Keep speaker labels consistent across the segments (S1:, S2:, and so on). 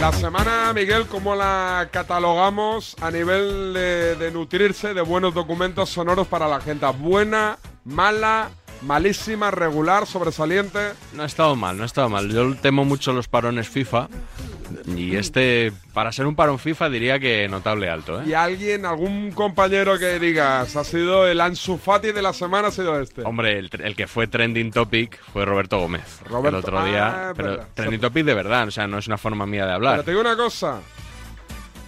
S1: La semana, Miguel, ¿cómo la catalogamos a nivel de, de nutrirse de buenos documentos sonoros para la gente? Buena, mala, malísima, regular, sobresaliente.
S2: No ha estado mal, no ha estado mal. Yo temo mucho los parones FIFA. Y este, para ser un parón FIFA, diría que notable alto. ¿eh?
S1: Y alguien, algún compañero que digas, ha sido el Ansu Fati de la semana, ha sido este.
S2: Hombre, el, el que fue trending topic fue Roberto Gómez.
S1: Roberto-
S2: El otro día.
S1: Ah, es
S2: pero
S1: verdad.
S2: trending topic de verdad, o sea, no es una forma mía de
S1: Pero
S2: hablar.
S1: te digo una cosa.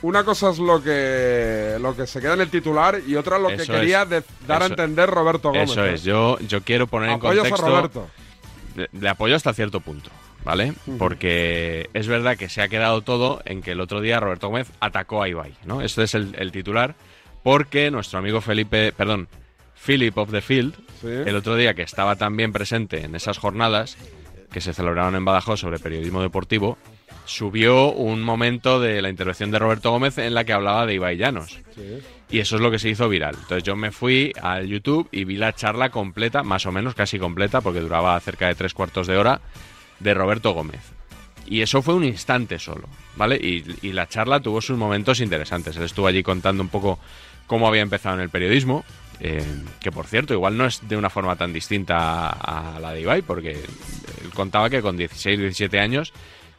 S1: Una cosa es lo que lo que se queda en el titular y otra lo que
S2: Eso
S1: quería
S2: es.
S1: de- dar a
S2: Eso-
S1: entender Roberto Gómez.
S2: Eso
S1: ¿eh?
S2: es, yo, yo quiero poner
S1: Apoyas
S2: en
S1: a
S2: contexto.
S1: Roberto.
S2: Le, le apoyo hasta cierto punto, ¿vale?
S1: Ujú.
S2: Porque es verdad que se ha quedado todo en que el otro día Roberto Gómez atacó a Ibai, ¿no? Esto es el, el titular, porque nuestro amigo Felipe, perdón, Philip of the Field,
S1: Sí.
S2: el otro día que estaba también presente en esas jornadas que se celebraron en Badajoz sobre periodismo deportivo, subió un momento de la intervención de Roberto Gómez en la que hablaba de Ibai Llanos.
S1: Sí.
S2: Y eso es lo que se hizo viral. Entonces yo me fui al YouTube y vi la charla completa, más o menos casi completa, porque duraba cerca de tres cuartos de hora, de Roberto Gómez. Y eso fue un instante solo, ¿vale? Y, y la charla tuvo sus momentos interesantes. Él estuvo allí contando un poco cómo había empezado en el periodismo, eh, que por cierto, igual no es de una forma tan distinta a, a la de Ibai, porque él contaba que con 16, 17 años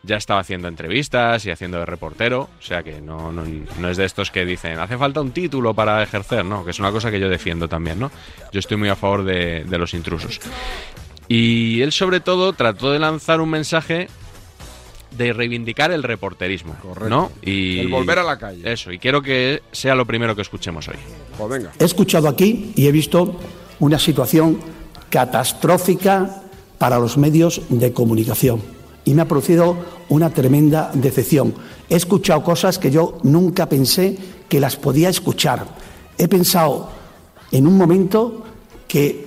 S2: ya estaba haciendo entrevistas y haciendo de reportero, o sea que no, no, no es de estos que dicen, hace falta un título para ejercer, ¿no? Que es una cosa que yo defiendo también, ¿no? Yo estoy muy a favor de, de los intrusos. Y él sobre todo trató de lanzar un mensaje de reivindicar el reporterismo,
S1: Correcto.
S2: ¿no? Y
S1: El volver a la calle.
S2: eso, y quiero que sea lo primero que escuchemos hoy.
S1: Pues venga.
S3: He escuchado aquí y he visto una situación catastrófica para los medios de comunicación y me ha producido una tremenda decepción. He escuchado cosas que yo nunca pensé que las podía escuchar. He pensado en un momento que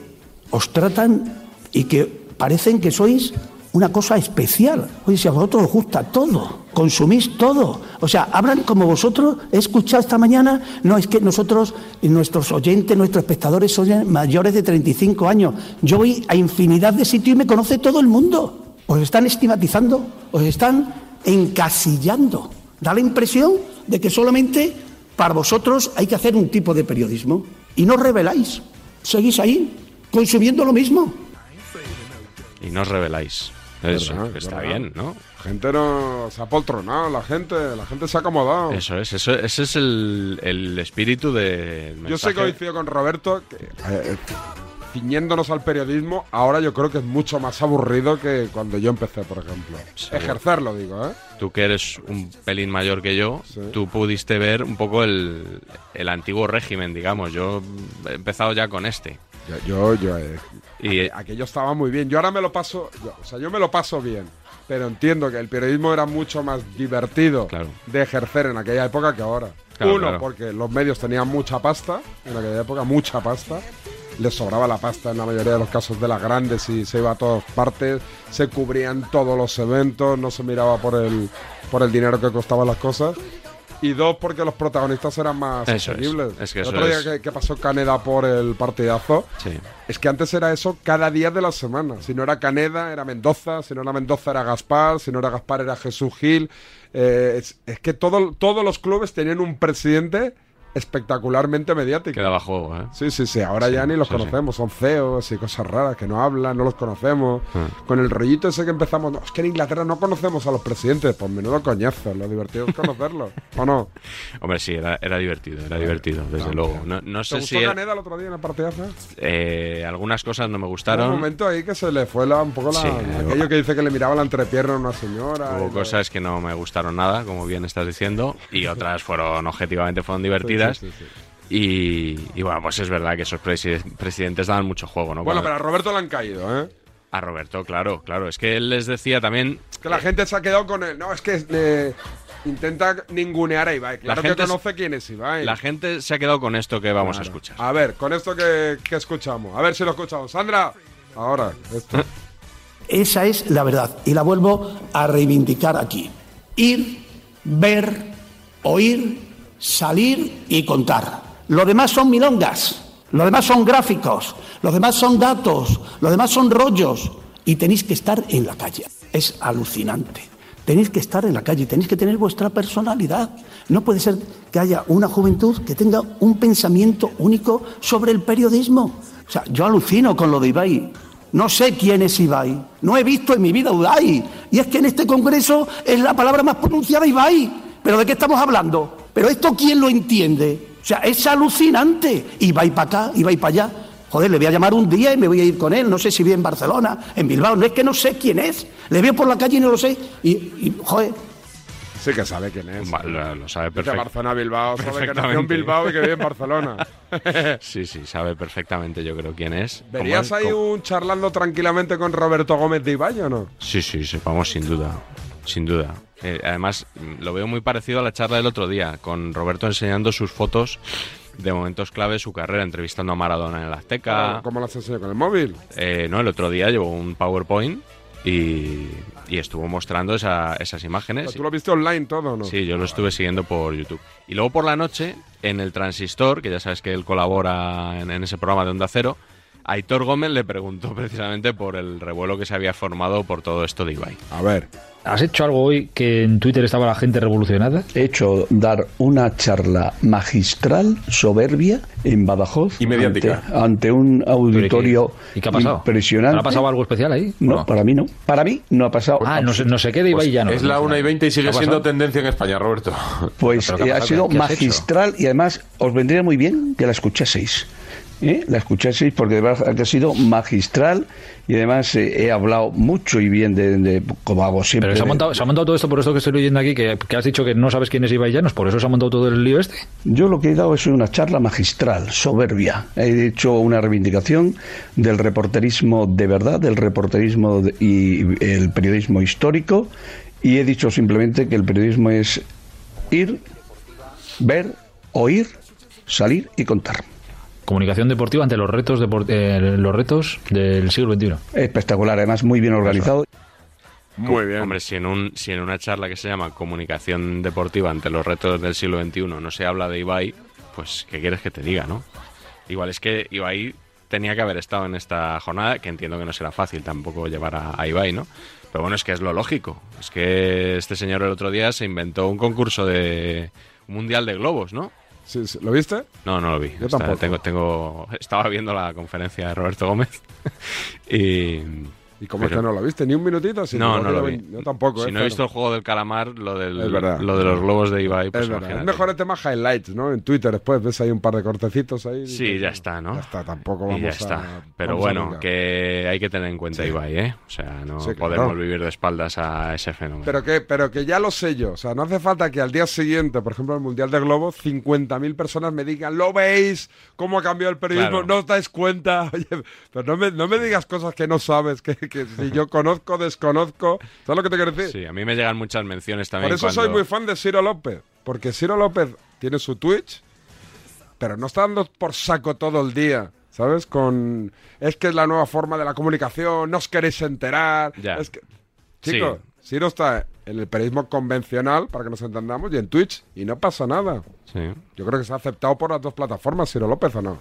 S3: os tratan y que parecen que sois una cosa especial. Oye, si a vosotros os gusta todo, consumís todo. O sea, hablan como vosotros. He escuchado esta mañana, no, es que nosotros, nuestros oyentes, nuestros espectadores son mayores de 35 años. Yo voy a infinidad de sitios y me conoce todo el mundo. Os están estigmatizando, os están encasillando. Da la impresión de que solamente para vosotros hay que hacer un tipo de periodismo. Y no os reveláis. Seguís ahí, consumiendo lo mismo.
S2: Y no os reveláis. Eso,
S1: verdad,
S2: está
S1: verdad.
S2: bien, ¿no?
S1: La gente no se ha poltronado, la gente, la gente se ha acomodado.
S2: Eso es, eso, ese es el, el espíritu de.
S1: Yo sé que coincido con Roberto, que, eh, ciñéndonos al periodismo, ahora yo creo que es mucho más aburrido que cuando yo empecé, por ejemplo.
S2: Seguro.
S1: Ejercerlo, digo, ¿eh?
S2: Tú que eres un pelín mayor que yo,
S1: Sí.
S2: tú pudiste ver un poco el, el antiguo régimen, digamos. Yo he empezado ya con este.
S1: Yo, yo, yo, eh,
S2: Y-
S1: aqu- aquello estaba muy bien. Yo ahora me lo paso, yo- o sea, yo me lo paso bien. Pero entiendo que el periodismo era mucho más divertido
S2: Claro.
S1: de ejercer en aquella época que ahora.
S2: Claro,
S1: Uno,
S2: claro.
S1: porque los medios tenían mucha pasta, en aquella época mucha pasta. Les sobraba la pasta en la mayoría de los casos de las grandes y se iba a todas partes, se cubrían todos los eventos, no se miraba por el, por el dinero que costaban las cosas. Y dos, porque los protagonistas eran más
S2: Eso es.
S1: accesibles.
S2: Es que
S1: el
S2: eso
S1: otro día
S2: es.
S1: que- que pasó Caneda por el partidazo,
S2: Sí.
S1: es que antes era eso cada día de la semana. Si no era Caneda, era Mendoza. Si no era Mendoza, era Gaspar. Si no era Gaspar, era Jesús Gil. Eh, es, es que todo- todos los clubes tenían un presidente espectacularmente mediático.
S2: Quedaba juego, ¿eh?
S1: Sí, sí, sí. Ahora
S2: Sí,
S1: ya ni los
S2: sí,
S1: conocemos. Son CEOs y cosas raras que no hablan, no los conocemos.
S2: Mm.
S1: Con el rollito ese que empezamos, "No, es que en Inglaterra no conocemos a los presidentes. Pues menudo coñazo. Lo divertido es conocerlos. ¿O no?
S2: Hombre, sí, era, era divertido, era divertido, desde
S1: no,
S2: luego.
S1: mira.
S2: No, no
S1: ¿Te
S2: sé
S1: gustó
S2: si. era-
S1: Caneda el otro día en el partidazo?
S2: eh, algunas cosas no me
S1: Hubo un
S2: gustaron.
S1: momento ahí que se le fue la- un poco la,
S2: Sí,
S1: aquello que dice que le miraba la entrepierna a una señora. y
S2: Hubo
S1: lo-
S2: cosas que no me gustaron nada, como bien estás diciendo, y otras fueron, objetivamente, fueron divertidas.
S1: Sí, sí, sí, sí.
S2: Y, y bueno, pues es verdad que esos presi- presidentes daban mucho juego, ¿no?
S1: Bueno, pero
S2: Cuando-
S1: a Roberto le han caído, ¿eh?
S2: A Roberto, claro, claro. Es que él les decía también...
S1: Es que la gente se ha quedado con él. No, es que eh, intenta ningunear a Ibai. Claro
S2: La
S1: que
S2: gente es-
S1: conoce quién es Ibai.
S2: La gente se ha quedado con esto que vamos
S1: Claro.
S2: a escuchar.
S1: A ver, con esto que, que escuchamos. A ver si lo escuchamos. Sandra, ahora, esto.
S3: Esa es la verdad y la vuelvo a reivindicar aquí. Ir, ver, oír, salir y contar. Lo demás son milongas, lo demás son gráficos, lo demás son datos, lo demás son rollos y tenéis que estar en la calle. Es alucinante. Tenéis que estar en la calle, tenéis que tener vuestra personalidad. No puede ser que haya una juventud que tenga un pensamiento único sobre el periodismo. O sea, yo alucino con lo de Ibai. No sé quién es Ibai. No he visto en mi vida Ibai. Y es que en este Congreso es la palabra más pronunciada Ibai. ¿Pero de qué estamos hablando? ¿Pero esto quién lo entiende? O sea, es alucinante. Ibai para acá, Ibai para allá. Joder, le voy a llamar un día y me voy a ir con él. No sé si vive en Barcelona, en Bilbao. No es que no sé quién es. Le veo por la calle y no lo sé. Y, y joder.
S1: Sí que sabe quién es.
S2: Va- lo, lo sabe
S1: Dice
S2: perfectamente.
S1: Barcelona, Bilbao. Sabe que nació en
S2: Perfectamente.
S1: Bilbao y que vive en Barcelona.
S2: Sí, sí, sabe perfectamente yo creo quién es. ¿Cómo
S1: ¿Verías
S2: es?
S1: ahí
S2: ¿Cómo?
S1: un charlando tranquilamente con Roberto Gómez de Ibai o no?
S2: Sí, sí, sí, vamos, sin duda. Sin duda. Eh, además, mm, lo veo muy parecido a la charla del otro día, con Roberto enseñando sus fotos de momentos clave de su carrera, entrevistando a Maradona en el Azteca.
S1: ¿Cómo las enseñó con el móvil?
S2: Eh, no, el otro día llevó un PowerPoint y, y estuvo mostrando esa- esas
S1: Pero
S2: imágenes.
S1: ¿Tú lo viste online todo o no?
S2: Sí, yo lo estuve siguiendo por YouTube. Y luego por la noche, en el Transistor, que ya sabes que él colabora en, en ese programa de Onda Cero, Aitor Gómez le preguntó precisamente por el revuelo que se había formado por todo esto de Ibai.
S1: A ver.
S4: ¿Has hecho algo hoy que en Twitter estaba la gente revolucionada?
S5: He hecho dar una charla magistral, soberbia, en Badajoz.
S6: Y mediática.
S5: Ante, ante un
S4: Pero ¿y qué-
S5: auditorio
S4: ¿Y qué ha pasado?
S5: impresionante.
S4: ¿Ha pasado algo especial ahí?
S5: No,
S6: No.
S5: para mí no. Para mí no ha pasado.
S4: Ah, no, se- no se quede Ibai ya no.
S6: Pues es la 1 y 20 y sigue
S4: ¿Ha pasado?
S6: siendo tendencia en España, Roberto.
S5: Pues
S4: Pero ¿qué
S5: eh,
S4: ha
S5: ha
S4: pasado?
S5: sido
S4: ¿Qué has
S5: magistral y además os vendría muy bien que la escuchaseis. ¿eh? La escuchaseis porque de verdad que ha sido magistral y además eh, he hablado mucho y bien de, de- como hago siempre.
S4: Pero se ha,
S5: de-
S4: montado, se ha montado todo esto por esto que estoy leyendo aquí, que, que has dicho que no sabes quién es Ibai Llanos, por eso se ha montado todo el lío este.
S5: Yo lo que he dado es una charla magistral, soberbia. He hecho una reivindicación del reporterismo de verdad, del reporterismo de- y el periodismo histórico. Y he dicho simplemente que el periodismo es ir, ver, oír, salir y contar.
S4: Comunicación deportiva ante los retos, depor- eh, los retos del siglo XXI.
S5: Espectacular, además muy bien organizado.
S1: Muy bien.
S2: Hombre, si en, un, si en una charla que se llama Comunicación Deportiva ante los retos del siglo XXI no se habla de Ibai, pues ¿qué quieres que te diga, no? Igual es que Ibai tenía que haber estado en esta jornada, que entiendo que no será fácil tampoco llevar a, a Ibai, ¿no? Pero bueno, es que es lo lógico. Es que este señor el otro día se inventó un concurso de mundial de globos, ¿no?
S1: Sí, sí. ¿Lo viste?
S2: No, no lo vi.
S1: Yo
S2: Está-
S1: tampoco.
S2: Tengo, tengo, estaba viendo la conferencia de Roberto Gómez y...
S1: ¿Y cómo
S2: pero-
S1: es que no lo viste? ¿Ni un minutito? Si
S2: no,
S1: te
S2: no lo
S1: digo,
S2: vi.
S1: Yo tampoco.
S2: Si
S1: eh,
S2: no he
S1: claro.
S2: visto el juego del calamar, lo, del,
S1: Es verdad.
S2: lo de los globos de Ibai, pues
S1: Es verdad. Es
S2: imagínate.
S1: mejor el tema highlights, ¿no? En Twitter después ves ahí un par de cortecitos ahí.
S2: Sí, ya está, ¿no?
S1: Ya está, tampoco vamos
S2: Y ya
S1: a-
S2: está. Pero
S1: vamos a
S2: bueno,
S1: brincar.
S2: que hay que tener en cuenta
S1: Sí.
S2: Ibai, ¿eh? O sea, no
S1: Sí, claro.
S2: podemos vivir de espaldas a ese fenómeno.
S1: Pero que, pero que ya lo sé yo. O sea, no hace falta que al día siguiente, por ejemplo, al Mundial de Globo, 50.000 personas me digan, ¿lo veis? ¿Cómo ha cambiado el periodismo?
S2: Claro.
S1: ¿No os dais cuenta? Oye, pero no me, no me digas cosas que no sabes, que, que si yo conozco, desconozco. ¿Sabes lo que te quiero decir?
S2: Sí, a mí me llegan muchas menciones también.
S1: Por eso soy
S2: cuando-
S1: muy fan de Ciro López. Porque Ciro López tiene su Twitch, pero no está dando por saco todo el día. ¿Sabes? Con. Es que es la nueva forma de la comunicación, no os queréis enterar.
S2: Ya.
S1: Es que. Chicos, Ciro está en el periodismo convencional, para que nos entendamos, y en Twitch, y no pasa nada.
S2: Sí.
S1: Yo creo que se ha aceptado por las dos plataformas, Ciro López o no.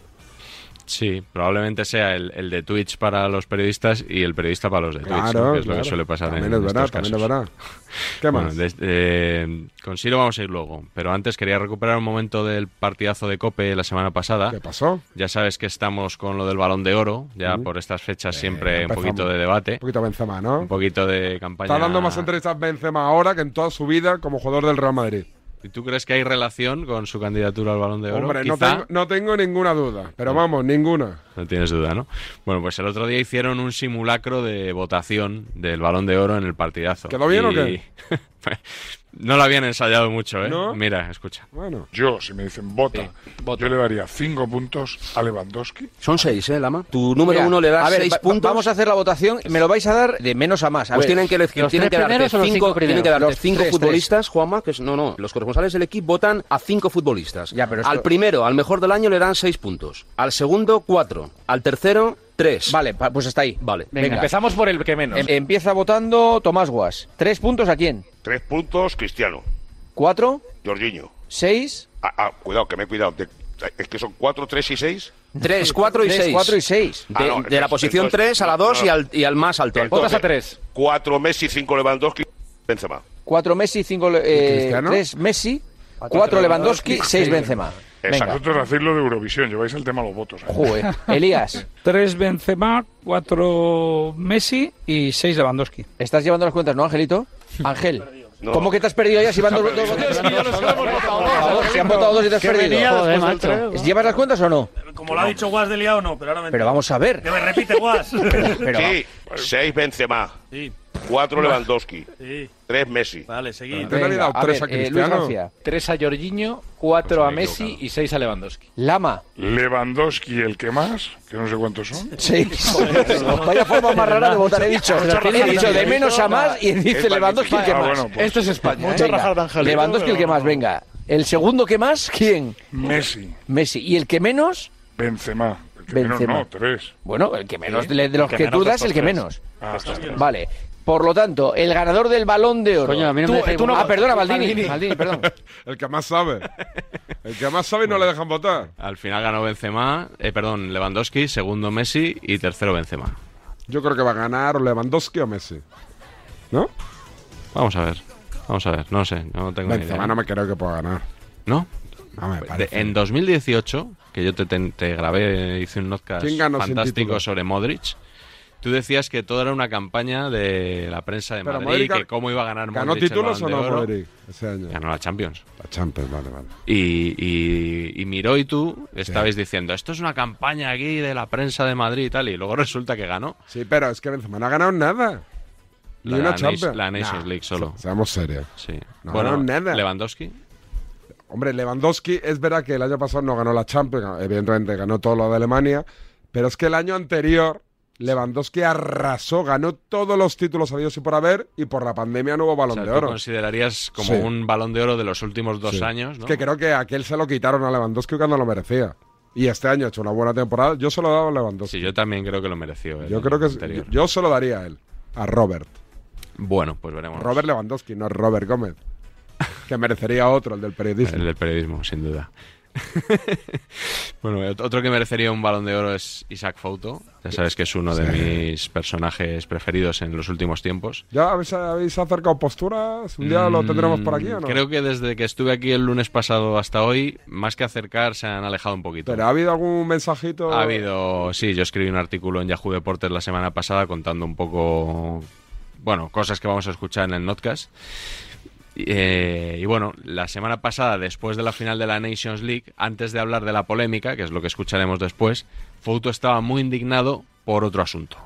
S2: Sí, probablemente sea el, el de Twitch para los periodistas y el periodista para los de Twitch,
S1: claro.
S2: ¿no? que es lo
S1: claro.
S2: que suele pasar
S1: también
S2: en
S1: es verdad,
S2: estos casos.
S1: también es verdad. ¿Qué
S2: Bueno,
S1: más?
S2: des- eh, con Siro vamos a ir luego, pero antes quería recuperar un momento del partidazo de Cope la semana pasada.
S1: ¿Qué pasó?
S2: Ya sabes que estamos con lo del balón de oro, ya por estas fechas siempre un
S1: Eh, empezamos.
S2: poquito de debate,
S1: Un poquito Benzema, ¿no?
S2: un poquito de campaña.
S1: Está dando más entrevistas Benzema ahora que en toda su vida como jugador del Real Madrid.
S2: ¿Y tú crees que hay relación con su candidatura al balón de oro?
S1: Hombre, no
S2: Quizá.
S1: tengo, no tengo ninguna duda, pero vamos, ninguna.
S2: No tienes duda, ¿no? Bueno, pues el otro día hicieron un simulacro de votación del Balón de Oro en el partidazo.
S1: ¿Quedó bien o qué?
S2: no lo habían ensayado mucho, ¿eh?
S1: ¿No?
S2: Mira, escucha.
S1: Bueno,
S7: Yo, si me dicen vota, yo le daría cinco puntos a Lewandowski.
S8: Son seis, ¿eh, Lama?
S9: Tu número
S8: Mira,
S9: uno le das
S8: a ver,
S9: seis
S8: va- va-
S9: puntos.
S8: Vamos a hacer la votación. Me lo vais a dar de menos a más. A
S9: Pues
S8: ver, tienen que elegir.
S9: ¿los
S8: Tienen que
S9: tres
S8: darte
S9: primeros o los
S8: cinco,
S9: cinco
S8: tienen que
S9: primeros?
S8: darte
S9: Los
S8: cinco
S9: tres, tres.
S8: futbolistas, Juanma, que es, no, no. Los corresponsales del equipo votan a cinco futbolistas.
S9: Ya, pero esto-
S8: Al primero, al mejor del año, le dan seis puntos. Al segundo, cuatro. Al tercero, tres.
S9: Vale, pa- pues hasta ahí.
S8: Vale,
S9: Venga,
S8: venga.
S9: empezamos por el que menos.
S8: Em-
S9: empieza votando Tomás Guas. ¿Tres puntos a quién?
S7: Tres puntos, Cristiano.
S9: ¿Cuatro?
S7: Jorginho.
S9: ¿Seis?
S7: Ah, ah, cuidado, que me he cuidado. De- es que son cuatro, tres y seis.
S8: Tres, cuatro y
S9: Tres,
S8: seis.
S9: cuatro y seis.
S7: Ah, no,
S8: De, de la
S7: entonces-
S8: posición
S7: entonces-
S8: tres a la dos
S7: no, no.
S8: y, al, y al más alto.
S7: Entonces,
S9: Votas a tres.
S7: Cuatro Messi, cinco Lewandowski, Benzema.
S9: 4 Messi, 5
S1: ¿Y
S9: eh,
S1: Cristiano?
S9: 3 Messi, 4 Lewandowski, 6 Benzema. Venga.
S7: Vosotros hacéis lo de Eurovisión, lleváis el tema a los votos. ¿eh?
S9: Joder. Elías,
S10: Tres Benzema, cuatro Messi y seis Lewandowski.
S9: estás llevando las cuentas, ¿no, Angelito? Ángel. ¿Cómo que te has perdido ya si van dos, dos votos? Por favor, si han votado dos y te has
S11: Que venía
S9: perdido.
S11: después Joder, del macho. tres, ¿no?
S9: ¿Llevas las cuentas o no?
S11: Como lo ha dicho Guas de liado, no, pero ahora me
S9: Pero vamos a ver.
S11: Que me repite Guas.
S12: sí, seis Benzema, cuatro Lewandowski,
S11: Sí.
S12: tres Messi.
S11: Vale, seguí.
S12: ¿Te le habéis dado tres a
S8: eh,
S12: Cristiano?
S13: eh, Tres a Jorginho, cuatro
S7: Pues
S13: a Messi y seis a Lewandowski.
S9: Lama.
S7: Lewandowski, el que más, que no sé cuántos son.
S9: Sí. Vaya forma más rara de votar, he dicho. He dicho de menos a más y dice Lewandowski el que
S7: Ah,
S9: más.
S7: Esto es
S9: España.
S13: ¿eh?
S7: Mucho rajar de Angelito,
S9: Lewandowski el
S7: pero
S9: que más,
S7: no.
S9: venga. El segundo que más, ¿quién?
S7: Messi.
S9: Messi. ¿Y el que menos?
S7: Benzema. El que menos
S9: Benzema.
S7: no, tres.
S9: Bueno, el que menos de, de los que, tú das, el que menos.
S7: Ah, está bien.
S9: Vale. Por lo tanto, el ganador del balón de oro.
S1: Coño, a mí no
S9: Tú-
S1: me dejáis
S9: tú no-
S1: votar.
S9: ah, perdona, Maldini.
S1: Maldini.
S9: Maldini, perdón.
S1: El que más sabe. El que más sabe y no le dejan votar.
S2: Al final ganó Benzema, eh, perdón, Lewandowski, segundo Messi y tercero Benzema.
S1: Yo creo que va a ganar o Lewandowski o Messi. ¿No?
S2: Vamos a ver, vamos a ver, no sé, no tengo ni
S1: Benzema
S2: idea.
S1: no me creo que pueda ganar.
S2: ¿No? Pues
S1: No me
S2: De-
S1: parece.
S2: en 2018, que yo te, te- te grabé, hice un podcast
S1: ¿Quién ganó sin título?
S2: fantástico sobre Modric, tú decías que todo era una campaña de la prensa de
S1: Pero
S2: Madrid,
S1: Modric
S2: que cómo iba a ganar
S1: ¿Ganó
S2: Modric el
S1: títulos o
S2: Balón de
S1: no
S2: Oro.
S1: Modric ese año?
S2: Ganó la Champions.
S1: La Champions, vale, vale.
S2: Y, y, y Miró y tú estabais diciendo, esto es una campaña aquí de la prensa de Madrid y tal, y luego resulta que ganó.
S1: Sí, pero es que Benzema no ha ganado nada. Ni
S2: La,
S1: una
S2: Na-
S1: Champions.
S2: la Nations League solo.
S1: Seamos serios.
S2: Sí.
S1: No
S2: bueno,
S1: ganó nada.
S2: Lewandowski.
S1: Hombre, Lewandowski es verdad que el año pasado no ganó la Champions, evidentemente ganó todo lo de Alemania, pero es que el año anterior Lewandowski arrasó, ganó todos los títulos habidos y por haber y por la pandemia no hubo
S2: O
S1: balón
S2: sea,
S1: de
S2: tú
S1: oro.
S2: considerarías como
S1: Sí.
S2: un balón de oro de los últimos dos
S1: Sí.
S2: años, ¿no?
S1: Es que creo que aquel se lo quitaron a Lewandowski cuando lo merecía. Y este año ha hecho una buena temporada, yo se lo he dado a Lewandowski.
S2: Sí, yo también creo que lo mereció. el
S1: yo creo que es-
S2: anterior.
S1: yo se lo daría a él, a Robert.
S2: Bueno, pues veremos.
S1: Robert Lewandowski, no Robert Gómez. Que merecería otro, el del periodismo.
S2: El del periodismo, sin duda. Bueno, ot- otro que merecería un balón de oro es Isaac Fouto. Ya sabes que es uno de
S1: Sí.
S2: mis personajes preferidos en los últimos tiempos.
S1: ¿Ya habéis, habéis acercado posturas? ¿Un día lo tendremos por aquí o no?
S2: Mm, Creo que desde que estuve aquí el lunes pasado hasta hoy, más que acercar, se han alejado un poquito.
S1: Pero ha habido algún mensajito.
S2: Ha habido, sí, yo escribí un artículo en Yahoo Deportes la semana pasada contando un poco, bueno, cosas que vamos a escuchar en el podcast. Y, eh, y bueno, la semana pasada, después de la final de la Nations League, antes de hablar de la polémica, que es lo que escucharemos después, Fouto estaba muy indignado por otro asunto.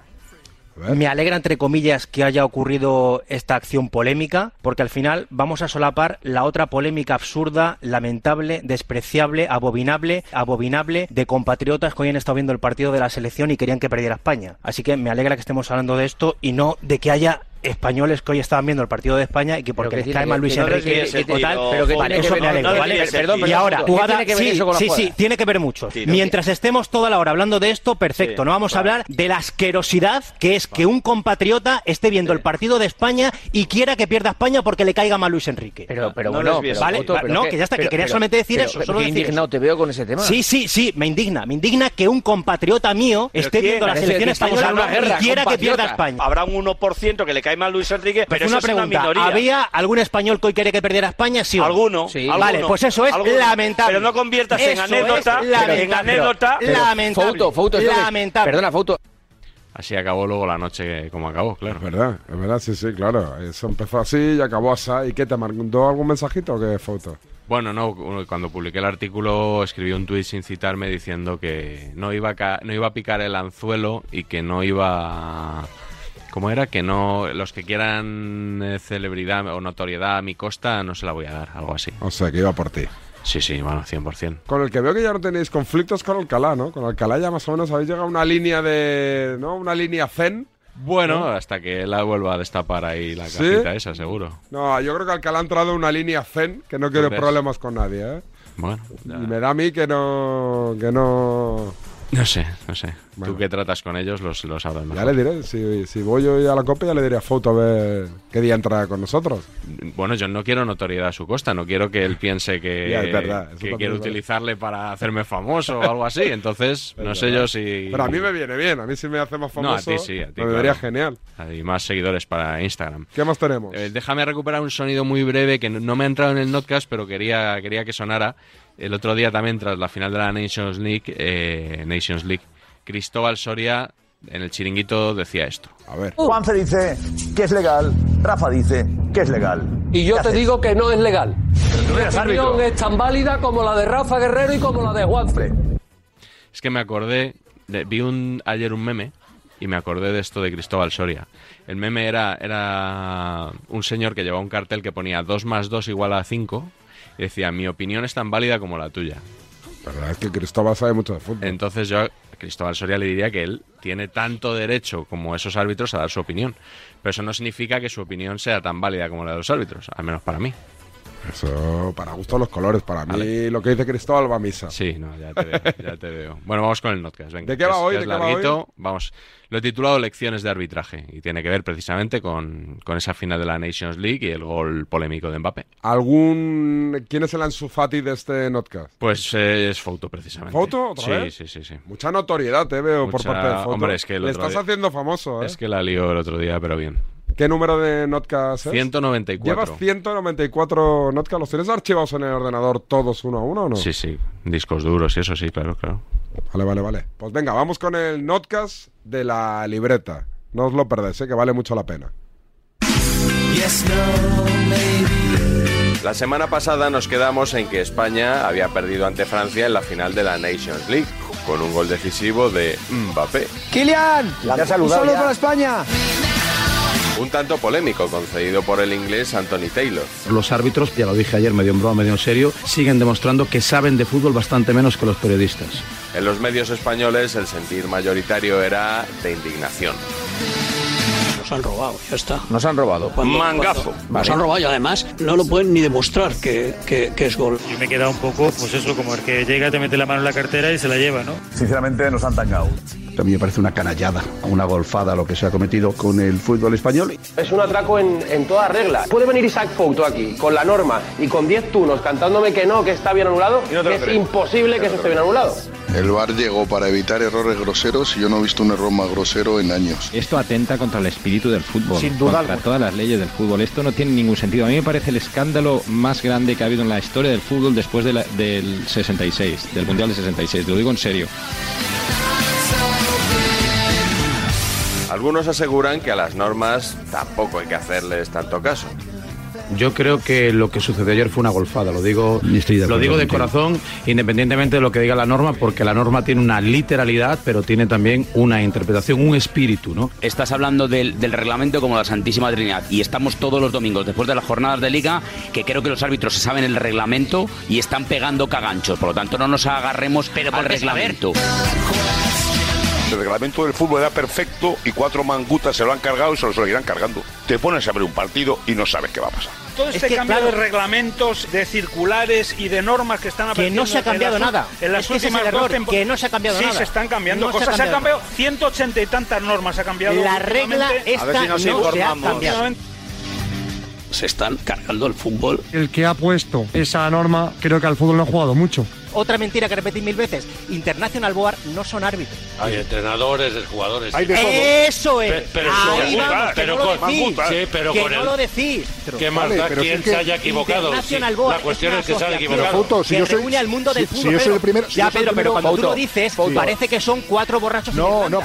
S14: Me alegra, entre comillas, que haya ocurrido esta acción polémica, porque al final vamos a solapar la otra polémica absurda, lamentable, despreciable, abominable, abominable de compatriotas que hoy han estado viendo el partido de la selección y querían que perdiera España. Así que me alegra que estemos hablando de esto y no de que haya españoles que hoy estaban viendo el partido de España y que porque
S9: que
S14: les
S9: tiene
S14: cae
S9: que-
S14: mal Luis
S9: que no les
S14: Enrique
S9: tiene
S14: o
S9: sentido,
S14: tal,
S9: pero que
S14: vale,
S9: tiene que
S14: eso
S9: ver-
S14: me alegra,
S9: no tiene
S14: ¿vale?
S9: que ver- perdón,
S14: y
S9: perdón,
S14: ahora,
S9: ¿qué tiene
S14: jugada-
S9: que ver
S14: sí,
S9: eso con la
S14: sí,
S9: jugada?
S14: sí, tiene que ver mucho.
S9: Sí, no,
S14: Mientras estemos toda la hora hablando de esto, perfecto. no vamos a hablar de la asquerosidad que es que un compatriota esté viendo el partido de España y quiera que pierda España porque le caiga mal Luis Enrique.
S9: Pero, pero
S14: No
S9: bueno,
S14: les vies,
S9: pero
S14: ¿vale?
S9: Otto,
S14: Va-
S9: pero
S14: no,
S9: qué-
S14: que ya está, que
S9: pero-
S14: quería
S9: pero-
S14: solamente decir
S9: pero-
S14: eso,
S9: pero
S14: solo
S9: qué
S14: decir
S9: indignado te veo con ese tema.
S14: Sí, sí, sí, me indigna. Me indigna que un compatriota mío
S9: ¿Pero
S14: esté
S9: quién?
S14: viendo la
S9: Parece
S14: selección
S9: que estamos
S14: española
S9: en una guerra,
S14: y quiera que
S9: compatriota.
S14: pierda España.
S11: Habrá un 1% que le cae mal Luis Enrique,
S14: Pero una pregunta, ¿había algún español que hoy quería que perdiera España? Sí. o no?
S11: Alguno,
S14: Sí.
S11: alguno.
S14: Vale, pues eso es
S11: Alguno.
S14: lamentable.
S11: Pero no conviertas en
S14: Eso es
S11: anécdota- en
S14: lamentable.
S11: anécdota-
S14: Pero- lamentable.
S9: Fouto, Fouto, esto que-
S14: lamentable.
S9: Perdona, Fouto.
S2: Así acabó luego la noche como acabó, claro.
S1: Es verdad, es verdad, sí, sí, claro. Eso empezó así y acabó así. ¿Y qué te mandó algún mensajito o qué foto?
S2: Bueno, no, cuando publiqué el artículo escribí un tuit sin citarme diciendo que no iba a, ca- no iba a picar el anzuelo y que no iba... a- ¿Cómo era? Que no los que quieran eh, celebridad o notoriedad a mi costa no se la voy a dar, algo así.
S1: O sea, que iba por ti.
S2: Sí, sí, bueno, 100%.
S1: Con el que veo que ya no tenéis conflictos con Alcalá, ¿no? Con Alcalá ya más o menos habéis llegado a una línea de. ¿No? Una línea zen.
S2: Bueno, hasta que la vuelva a destapar ahí la
S1: ¿Sí?
S2: cajita esa, seguro.
S1: No, yo creo que Alcalá ha entrado en una línea zen que no quiere
S2: crees?
S1: problemas con nadie, ¿eh?
S2: Bueno,
S1: Y me da a mí que no. que no.
S2: No sé, no sé. Tú que tratas con ellos los, los sabrás
S1: Ya le
S2: mejor.
S1: diré, si, si voy hoy a la copa ya le diré a Foto a ver qué día entra con nosotros.
S2: Bueno, yo no quiero notoriedad a su costa, no quiero que él piense que,
S1: Ya, es verdad, eso
S2: que
S1: también
S2: quiero
S1: es verdad.
S2: utilizarle para hacerme famoso o algo así. Entonces, no sé yo si...
S1: Pero a mí me viene bien, a mí si me hace más famoso
S2: No, a ti sí, a ti.
S1: me vendría
S2: claro.
S1: genial.
S2: Y más seguidores para Instagram.
S1: ¿Qué más tenemos?
S2: Eh, déjame recuperar un sonido muy breve que no- no me ha entrado en el notcast, pero quería, quería que sonara. El otro día también, tras la final de la Nations League, eh, Nations League, Cristóbal Soria en el chiringuito decía esto.
S1: A ver.
S3: Juanfe dice que es legal, Rafa dice que es legal.
S15: Y yo te digo que no es legal. Mi
S3: eres
S15: opinión
S3: árbitro.
S15: es tan válida como la de Rafa Guerrero y como la de Juanfre.
S2: Es que me acordé, de- vi un, ayer un meme y me acordé de esto de Cristóbal Soria. El meme era, era un señor que llevaba un cartel que ponía 2 más 2 igual a 5 y decía, mi opinión es tan válida como la tuya.
S1: La verdad Ah, es que Cristóbal sabe mucho de fútbol.
S2: Entonces yo a Cristóbal Soria le diría que él tiene tanto derecho como esos árbitros a dar su opinión. Pero eso no significa que su opinión sea tan válida como la de los árbitros, al menos para mí.
S1: Eso, para gusto los colores, para mí lo que dice Cristóbal va a misa.
S2: Sí, no, ya te veo, ya te veo. Bueno, vamos con el notcast. Venga,
S1: ¿De qué va
S2: que es-
S1: hoy?
S2: que es
S1: ¿De qué va
S2: larguito.
S1: hoy?
S2: Vamos. Lo he titulado Lecciones de arbitraje y tiene que ver precisamente con, con esa final de la Nations League y el gol polémico de Mbappé.
S1: ¿Algún... ¿Quién es el Ansu Fati de este notcast?
S2: Pues eh, es Fouto, precisamente.
S1: ¿Fouto, otra
S2: sí,
S1: vez?
S2: Sí, sí, sí.
S1: Mucha notoriedad te veo por
S2: Mucha-
S1: parte de Foto.
S2: hombre, es que el
S1: Le
S2: otro
S1: estás
S2: día-
S1: haciendo famoso, ¿eh?
S2: Es que la lió el otro día, pero bien.
S1: ¿Qué número de notcast es?
S2: 194.
S1: ¿Llevas 194 notcast? ¿Los tienes archivados en el ordenador todos uno a uno o no?
S2: Sí, sí. Discos duros y eso sí, claro, claro.
S1: Vale, vale, vale. Pues venga, vamos con el notcast de la libreta. No os lo perdáis, ¿eh? que vale mucho la pena.
S2: La semana pasada nos quedamos en que España había perdido ante Francia en la final de la Nations League, con un gol decisivo de Mbappé.
S14: ¡Kilian!
S2: Ya ha saludado
S14: ¡Un saludo
S2: ya.
S14: para España!
S2: Un tanto polémico concedido por el inglés Anthony Taylor.
S9: Los árbitros, ya lo dije ayer, medio en broma, medio en serio, siguen demostrando que saben de fútbol bastante menos que los periodistas.
S2: En los medios españoles el sentir mayoritario era de indignación.
S6: Nos han robado, ya está.
S14: Nos han robado.
S6: Cuando-
S2: Mangazo.
S6: cuando- Nos
S2: Vale.
S6: han robado y además no lo pueden ni demostrar que, que- que es gol.
S10: Yo me he quedado un poco, pues eso, como el que llega, te mete la mano en la cartera y se la lleva, ¿no?
S3: Sinceramente nos han tangado.
S9: A mí me parece una canallada, una golfada lo que se ha cometido con el fútbol español.
S14: Es un atraco en, en toda regla. Puede venir Isaac Fouto aquí, con la norma y con 10 tunos cantándome que no, que está bien anulado.
S16: te lo
S14: es
S16: crees.
S14: imposible que eso esté bien anulado.
S16: El VAR llegó para evitar errores groseros y yo no he visto un error más grosero en años.
S17: Esto atenta contra el espíritu del fútbol,
S16: Sin duda
S17: contra
S16: alguna.
S17: todas las leyes del fútbol. Esto no tiene ningún sentido. A mí me parece el escándalo más grande que ha habido en la historia del fútbol después de la- del 66, del Mundial del 66. Te lo digo en serio.
S2: Algunos aseguran que a las normas tampoco hay que hacerles tanto caso.
S9: Yo creo que lo que sucedió ayer fue una golfada, lo digo, lo
S2: acuerdo
S9: digo
S2: contigo.
S9: de corazón, independientemente de lo que diga la norma, porque la norma tiene una literalidad, pero tiene también una interpretación, un espíritu, ¿no?
S18: Estás hablando del, del reglamento como la Santísima Trinidad y estamos todos los domingos después de las jornadas de liga que creo que los árbitros se saben el reglamento y están pegando caganchos, por lo tanto no nos agarremos al reglamento.
S19: El reglamento del fútbol era perfecto y cuatro mangutas se lo han cargado y se lo seguirán cargando. Te pones a ver un partido y no sabes qué va a pasar.
S10: Todo este cambio de reglamentos, de circulares y de normas que están
S14: Que
S10: apareciendo.
S14: no se ha
S10: en las
S14: cambiado
S10: ul-
S14: nada.
S10: En las
S14: Es que ese es
S10: últimas
S14: el error,
S10: dos tempor-
S14: que no se ha cambiado
S10: sí,
S14: nada.
S10: se están cambiando
S14: No se ha
S10: cosas. Se, han
S14: cambiado.
S10: cambiado 180 y tantas normas. Se ha cambiado.
S14: La regla
S10: últimamente.
S14: esta A ver si nos no se ha informamos. cambiado.
S6: Se están cargando el fútbol.
S20: El que ha puesto esa norma creo que al fútbol no ha jugado mucho.
S14: Otra mentira que repetí mil veces. International Board no son árbitros.
S21: Hay entrenadores, de
S14: Pues
S21: jugadores.
S14: Eso es.
S21: Pe- pero
S14: Ahí
S21: con-
S14: vamos, que
S21: pero
S14: no lo
S21: con-
S14: decís.
S21: sí, pero
S14: que
S21: con
S14: no
S21: el-
S14: lo decís.
S21: ¿Qué más
S14: Vale,
S21: da
S14: pero
S21: quién
S14: si es
S21: se
S14: que
S21: haya equivocado?
S14: International
S21: Sí,
S14: Board
S21: la cuestión
S14: una
S21: es que se haya
S14: asociación
S21: equivocado. Pero, Fouto, si
S14: que
S21: yo soy-
S14: reúne al mundo del
S21: si- si
S14: fútbol.
S21: yo soy
S14: Pedro.
S21: el primero- si
S14: ya,
S21: yo soy el
S14: Pedro, pero
S21: primero-
S14: cuando tú lo
S21: Fouto,
S14: dices,
S21: Fouto.
S14: parece que son cuatro borrachos. No, no.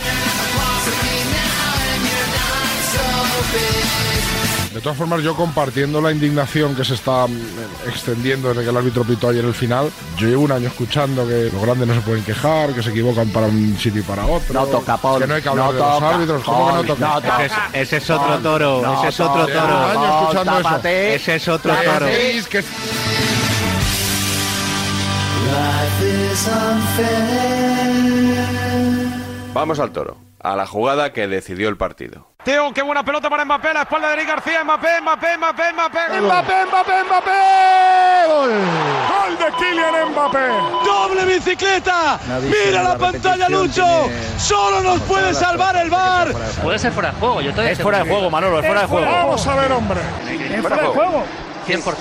S22: De todas formas, yo compartiendo la indignación que se está mm, extendiendo desde que el árbitro pitó ayer el final, yo llevo un año escuchando que los grandes no se pueden quejar, que se equivocan para un sitio y para otro.
S9: No toca, Paul.
S22: Que no hay que hablar
S9: No
S22: de los
S9: toca,
S22: árbitros. ¿Cómo que no
S9: Paul.
S22: toca?
S9: No toca. Ese es- ese es otro toro, ese es otro
S22: Llevo
S9: toro.
S22: Un año
S9: Paul,
S22: escuchando eso.
S9: tápate, Ese es otro tápate. toro.
S22: Que es-
S2: Vamos al toro, a la jugada que decidió el partido.
S23: Teo, qué buena pelota para Mbappé, la espalda de Eric García, Mbappé, Mbappé, Mbappé, Mbappé.
S2: Mbappé,
S23: Mbappé, Mbappé. Gol. Gol de
S16: Kylian Mbappé.
S24: Doble bicicleta. Mira la pantalla, Lucho. Solo nos puede salvar el bar.
S14: Puede ser fuera de juego, yo todavía
S24: Es fuera de juego, Manolo, es fuera de juego.
S16: Vamos a ver, hombre.
S14: ¿Es fuera de juego? 100%.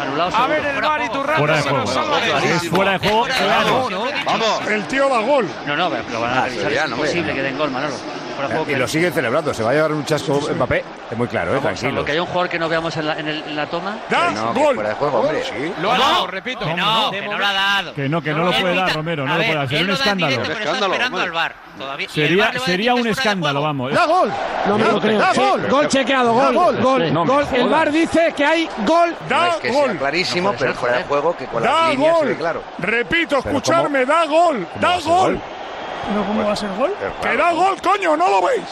S14: Anulado
S25: A
S14: seguro.
S25: ver el bar y tu
S14: Fuera de juego.
S25: Álvarez.
S14: Es fuera de juego, claro.
S16: Vamos. Ah, El tío da gol.
S14: No, no, pero lo van a revisar.
S3: ya,
S14: es
S3: no,
S14: imposible
S3: hombre.
S14: que den gol, Manolo. Fuera de juego.
S3: Y
S14: que-
S3: lo sigue celebrando, se va a llevar un chasco Mbappé, es muy claro, eh,
S14: Vamos, salvo
S3: tranquilo.
S14: que haya un jugador que no veamos en la, en el- en la toma.
S3: Que no, que fuera de juego, hombre. Sí.
S25: Lo ha dado, repito.
S14: Que no, que no lo ha dado.
S22: Que no, que no lo puede dar Romero, no lo puede dar. Sería un escándalo.
S14: esperando al bar. Todavía.
S22: Sería, sería un escándalo, vamos.
S26: ¡Da gol!
S22: No me lo creo.
S26: ¡Da gol!
S22: Sí.
S26: Gol chequeado,
S22: Da
S26: gol,
S22: gol.
S26: gol, gol.
S22: No me
S26: El
S22: jodas.
S26: VAR dice que hay gol.
S3: No es que sea clarísimo, pero fuera de juego que con
S26: Da
S3: las líneas se ve
S26: gol.
S3: claro.
S16: Repito,
S3: Pero
S16: escucharme, da gol, da gol.
S26: ¿No cómo va a ser gol?
S16: Que da gol, coño, no lo veis.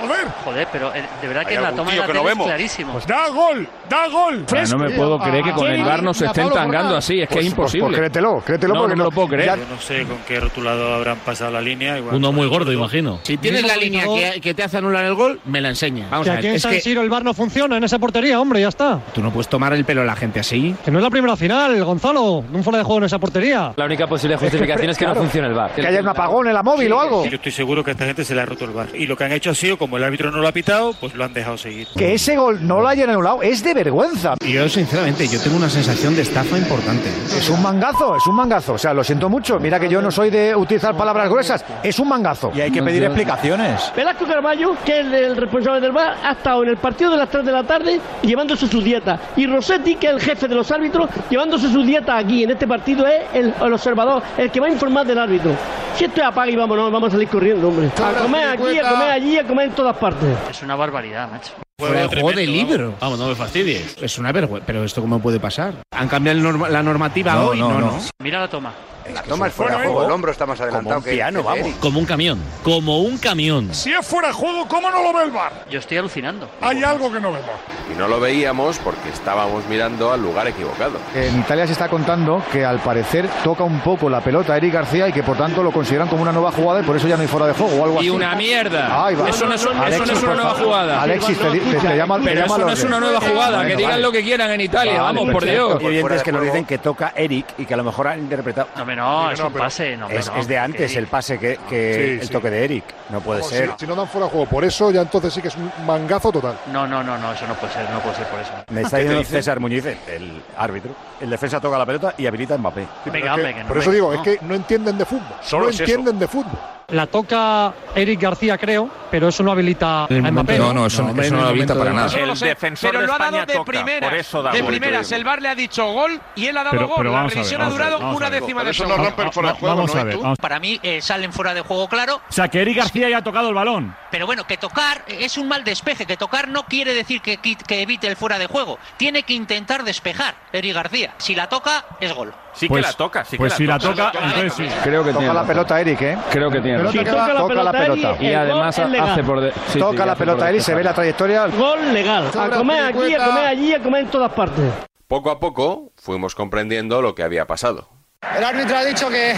S16: Joder.
S14: Joder, pero eh, de verdad que
S16: Hay
S14: en la
S16: algún
S14: toma de
S16: tío
S14: la
S16: que no
S14: tele es
S16: vemos.
S14: clarísimo.
S16: Da gol, da gol.
S6: Ah, no me puedo creer que con el VAR nos estén tangando así, es que
S10: Pues,
S6: es imposible. No, no me lo puedo creer.
S10: Yo no sé con qué rotulado habrán pasado la línea. Igual
S22: Uno muy gordo, imagino.
S10: Si
S27: Tienes la línea que, que te hace anular el gol, me la enseña. Vamos
S9: Que aquí en San Siro el bar no funciona en esa portería, hombre, ya está.
S27: Tú no puedes tomar el pelo a la gente así.
S9: Que no es la primera final, Gonzalo. Un fuera de juego en esa portería.
S27: La única posibilidad
S10: de justificación es que no funcione el VAR.
S9: Que haya un apagón en la móvil o algo.
S10: Yo estoy seguro que este- a esta gente se le ha roto el bar. Y lo que han hecho ha sido, como el árbitro no lo ha pitado, pues lo han dejado seguir.
S9: Que ese gol no lo hayan anulado es de vergüenza.
S27: Yo, sinceramente, yo tengo una sensación de estafa importante.
S9: Es un mangazo, es un mangazo. O sea, lo siento mucho. Mira que yo no soy de utilizar palabras gruesas. Es un mangazo. Y hay que
S1: pedir explicaciones. Velasco Carballo, que es el responsable del bar, ha estado en el partido de las 3 de la tarde llevándose su dieta. Y Rossetti, que es el jefe de los árbitros, llevándose su dieta aquí en este partido, es el, el observador, el que va a informar del árbitro. Si esto es apaga y vámonos, vamos a salir corriendo, hombre. A comer aquí, a comer allí, a comer en todas partes.
S14: Es una barbaridad, macho.
S27: Fuera de juego de libro.
S1: Vamos, no me fastidies.
S27: Es una vergüenza. Pero esto, ¿cómo puede pasar? ¿Han cambiado el norma- la normativa
S1: No,
S27: hoy?
S1: no,
S27: No, no.
S1: no.
S14: Mira la toma.
S3: La toma es fuera de juego, el hombro está más adelantado que que Eric.
S1: Como un camión. Como un camión.
S16: Si es fuera de juego, ¿cómo no lo ve el bar?
S14: Yo estoy alucinando.
S16: Hay algo que no vemos.
S2: Y no lo veíamos porque estábamos mirando al lugar equivocado.
S9: En Italia se está contando que al parecer toca un poco la pelota Eric García y que por tanto lo consideran como una nueva jugada y por eso ya no hay fuera de juego o algo así.
S27: Y una mierda.
S9: Ahí va.
S27: Eso no es, eso no es
S9: Alexis,
S27: una
S9: por
S27: nueva
S9: favor.
S27: jugada.
S9: Alexis, te, di- te- te llama te
S27: Pero eso
S9: llama al
S27: no es
S9: orden.
S27: una nueva jugada.
S9: Bueno,
S27: que digan
S9: vale.
S27: lo que quieran en Italia.
S9: Vale, pues
S27: vamos, por
S9: perfecto.
S27: Dios.
S9: Y oyentes
S3: que nos dicen que toca Eric y que a lo mejor han interpretado.
S14: No, hombre, no, es un pase. No, hombre,
S3: es,
S14: no.
S3: es de antes el pase que, que
S16: Sí,
S3: el
S16: sí.
S3: toque de Eric. No puede
S9: Pues
S16: Vamos,
S3: ser.
S16: Si, si no dan fuera de juego, por eso ya entonces sí que es un mangazo total.
S14: No, no, no, no, eso no puede ser, no puede ser por eso.
S3: Me está
S16: ¿Qué te
S3: diciendo
S16: dice?
S3: César Muñiz, el- el árbitro. El defensa toca la pelota y habilita a Mbappé.
S14: Venga, hombre, que no
S16: por eso
S14: venga,
S16: digo,
S14: no.
S16: es que no entienden de fútbol.
S3: Solo
S16: no
S3: es eso.
S16: entienden de fútbol.
S9: La toca Eric García, creo, pero eso no habilita a Mbappé.
S28: No, no, eso no, eso no lo habilita para nada.
S25: No lo sé, pero lo ha dado de primeras.
S28: por eso da
S25: de
S28: gol.
S25: primeras, el VAR le ha dicho gol y él ha dado
S28: Pero-
S25: gol.
S28: pero
S25: la
S28: vamos a ver,
S25: revisión
S28: vamos
S25: ha
S28: a ver,
S25: durado
S28: vamos a
S25: una
S28: ver.
S25: décima
S28: Por
S25: de
S28: eso no
S25: segundo.
S28: rompe el fuera de juego,
S22: vamos
S28: ¿no?
S22: a ver.
S28: ¿Y tú?
S22: vamos-
S14: Para mí eh, salen fuera de juego, claro.
S22: O sea, que Eric García ya ha tocado el balón.
S14: Pero bueno, que tocar eh, es un mal despeje. Que tocar no quiere decir que, quit- que evite el fuera de juego. Tiene que intentar despejar, Eri García. Si la toca, es gol.
S28: Sí
S22: Pues- la toca, sí que pues la si la toca. toca, entonces sí.
S9: Creo que toca
S6: tiene
S9: la
S6: razón.
S9: pelota Eric, ¿eh?
S6: Creo que tiene
S9: Pelota
S6: razón.
S9: que va- toca la pelota.
S6: Y además hace por. de- sí,
S9: toca
S6: sí,
S9: la
S6: hace por
S9: pelota Eric, se
S6: despejar.
S9: ve la trayectoria.
S1: Gol legal. A comer aquí, a comer allí, a comer en todas partes.
S2: Poco a poco fuimos comprendiendo lo que había pasado.
S18: El árbitro ha dicho que,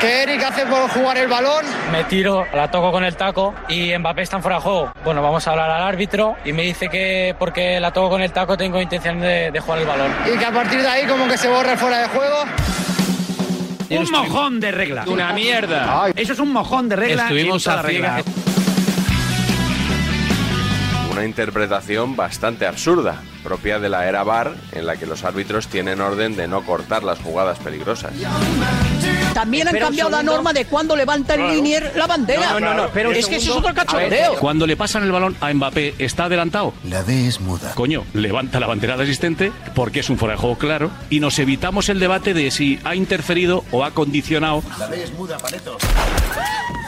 S18: que Eric hace por jugar el balón.
S2: Me tiro, la toco con el taco y Mbappé está en fuera de juego. Bueno, vamos a hablar al árbitro y me dice que porque la toco con el taco tengo intención de, de jugar el balón.
S18: Y que a partir de ahí como que se borra el fuera de juego.
S2: Un
S27: mojón de regla. Una mierda. Eso es un mojón de regla.
S2: Estuvimos
S27: en toda
S2: a
S27: la regla.
S2: Una interpretación bastante absurda, propia de la era VAR, en la que los árbitros tienen orden de no cortar las jugadas peligrosas.
S18: También han cambiado la norma de cuando levanta el linier la bandera.
S2: No, no, no, no, espera un
S18: es que eso es
S2: segundo.
S18: otro cachondeo.
S2: Cuando le pasan el balón a Mbappé, ¿está adelantado?
S29: La D es muda.
S2: Coño, levanta la bandera de asistente porque es un fuera de juego claro y nos evitamos el debate de si ha interferido o ha condicionado.
S29: La D es muda, Paneto.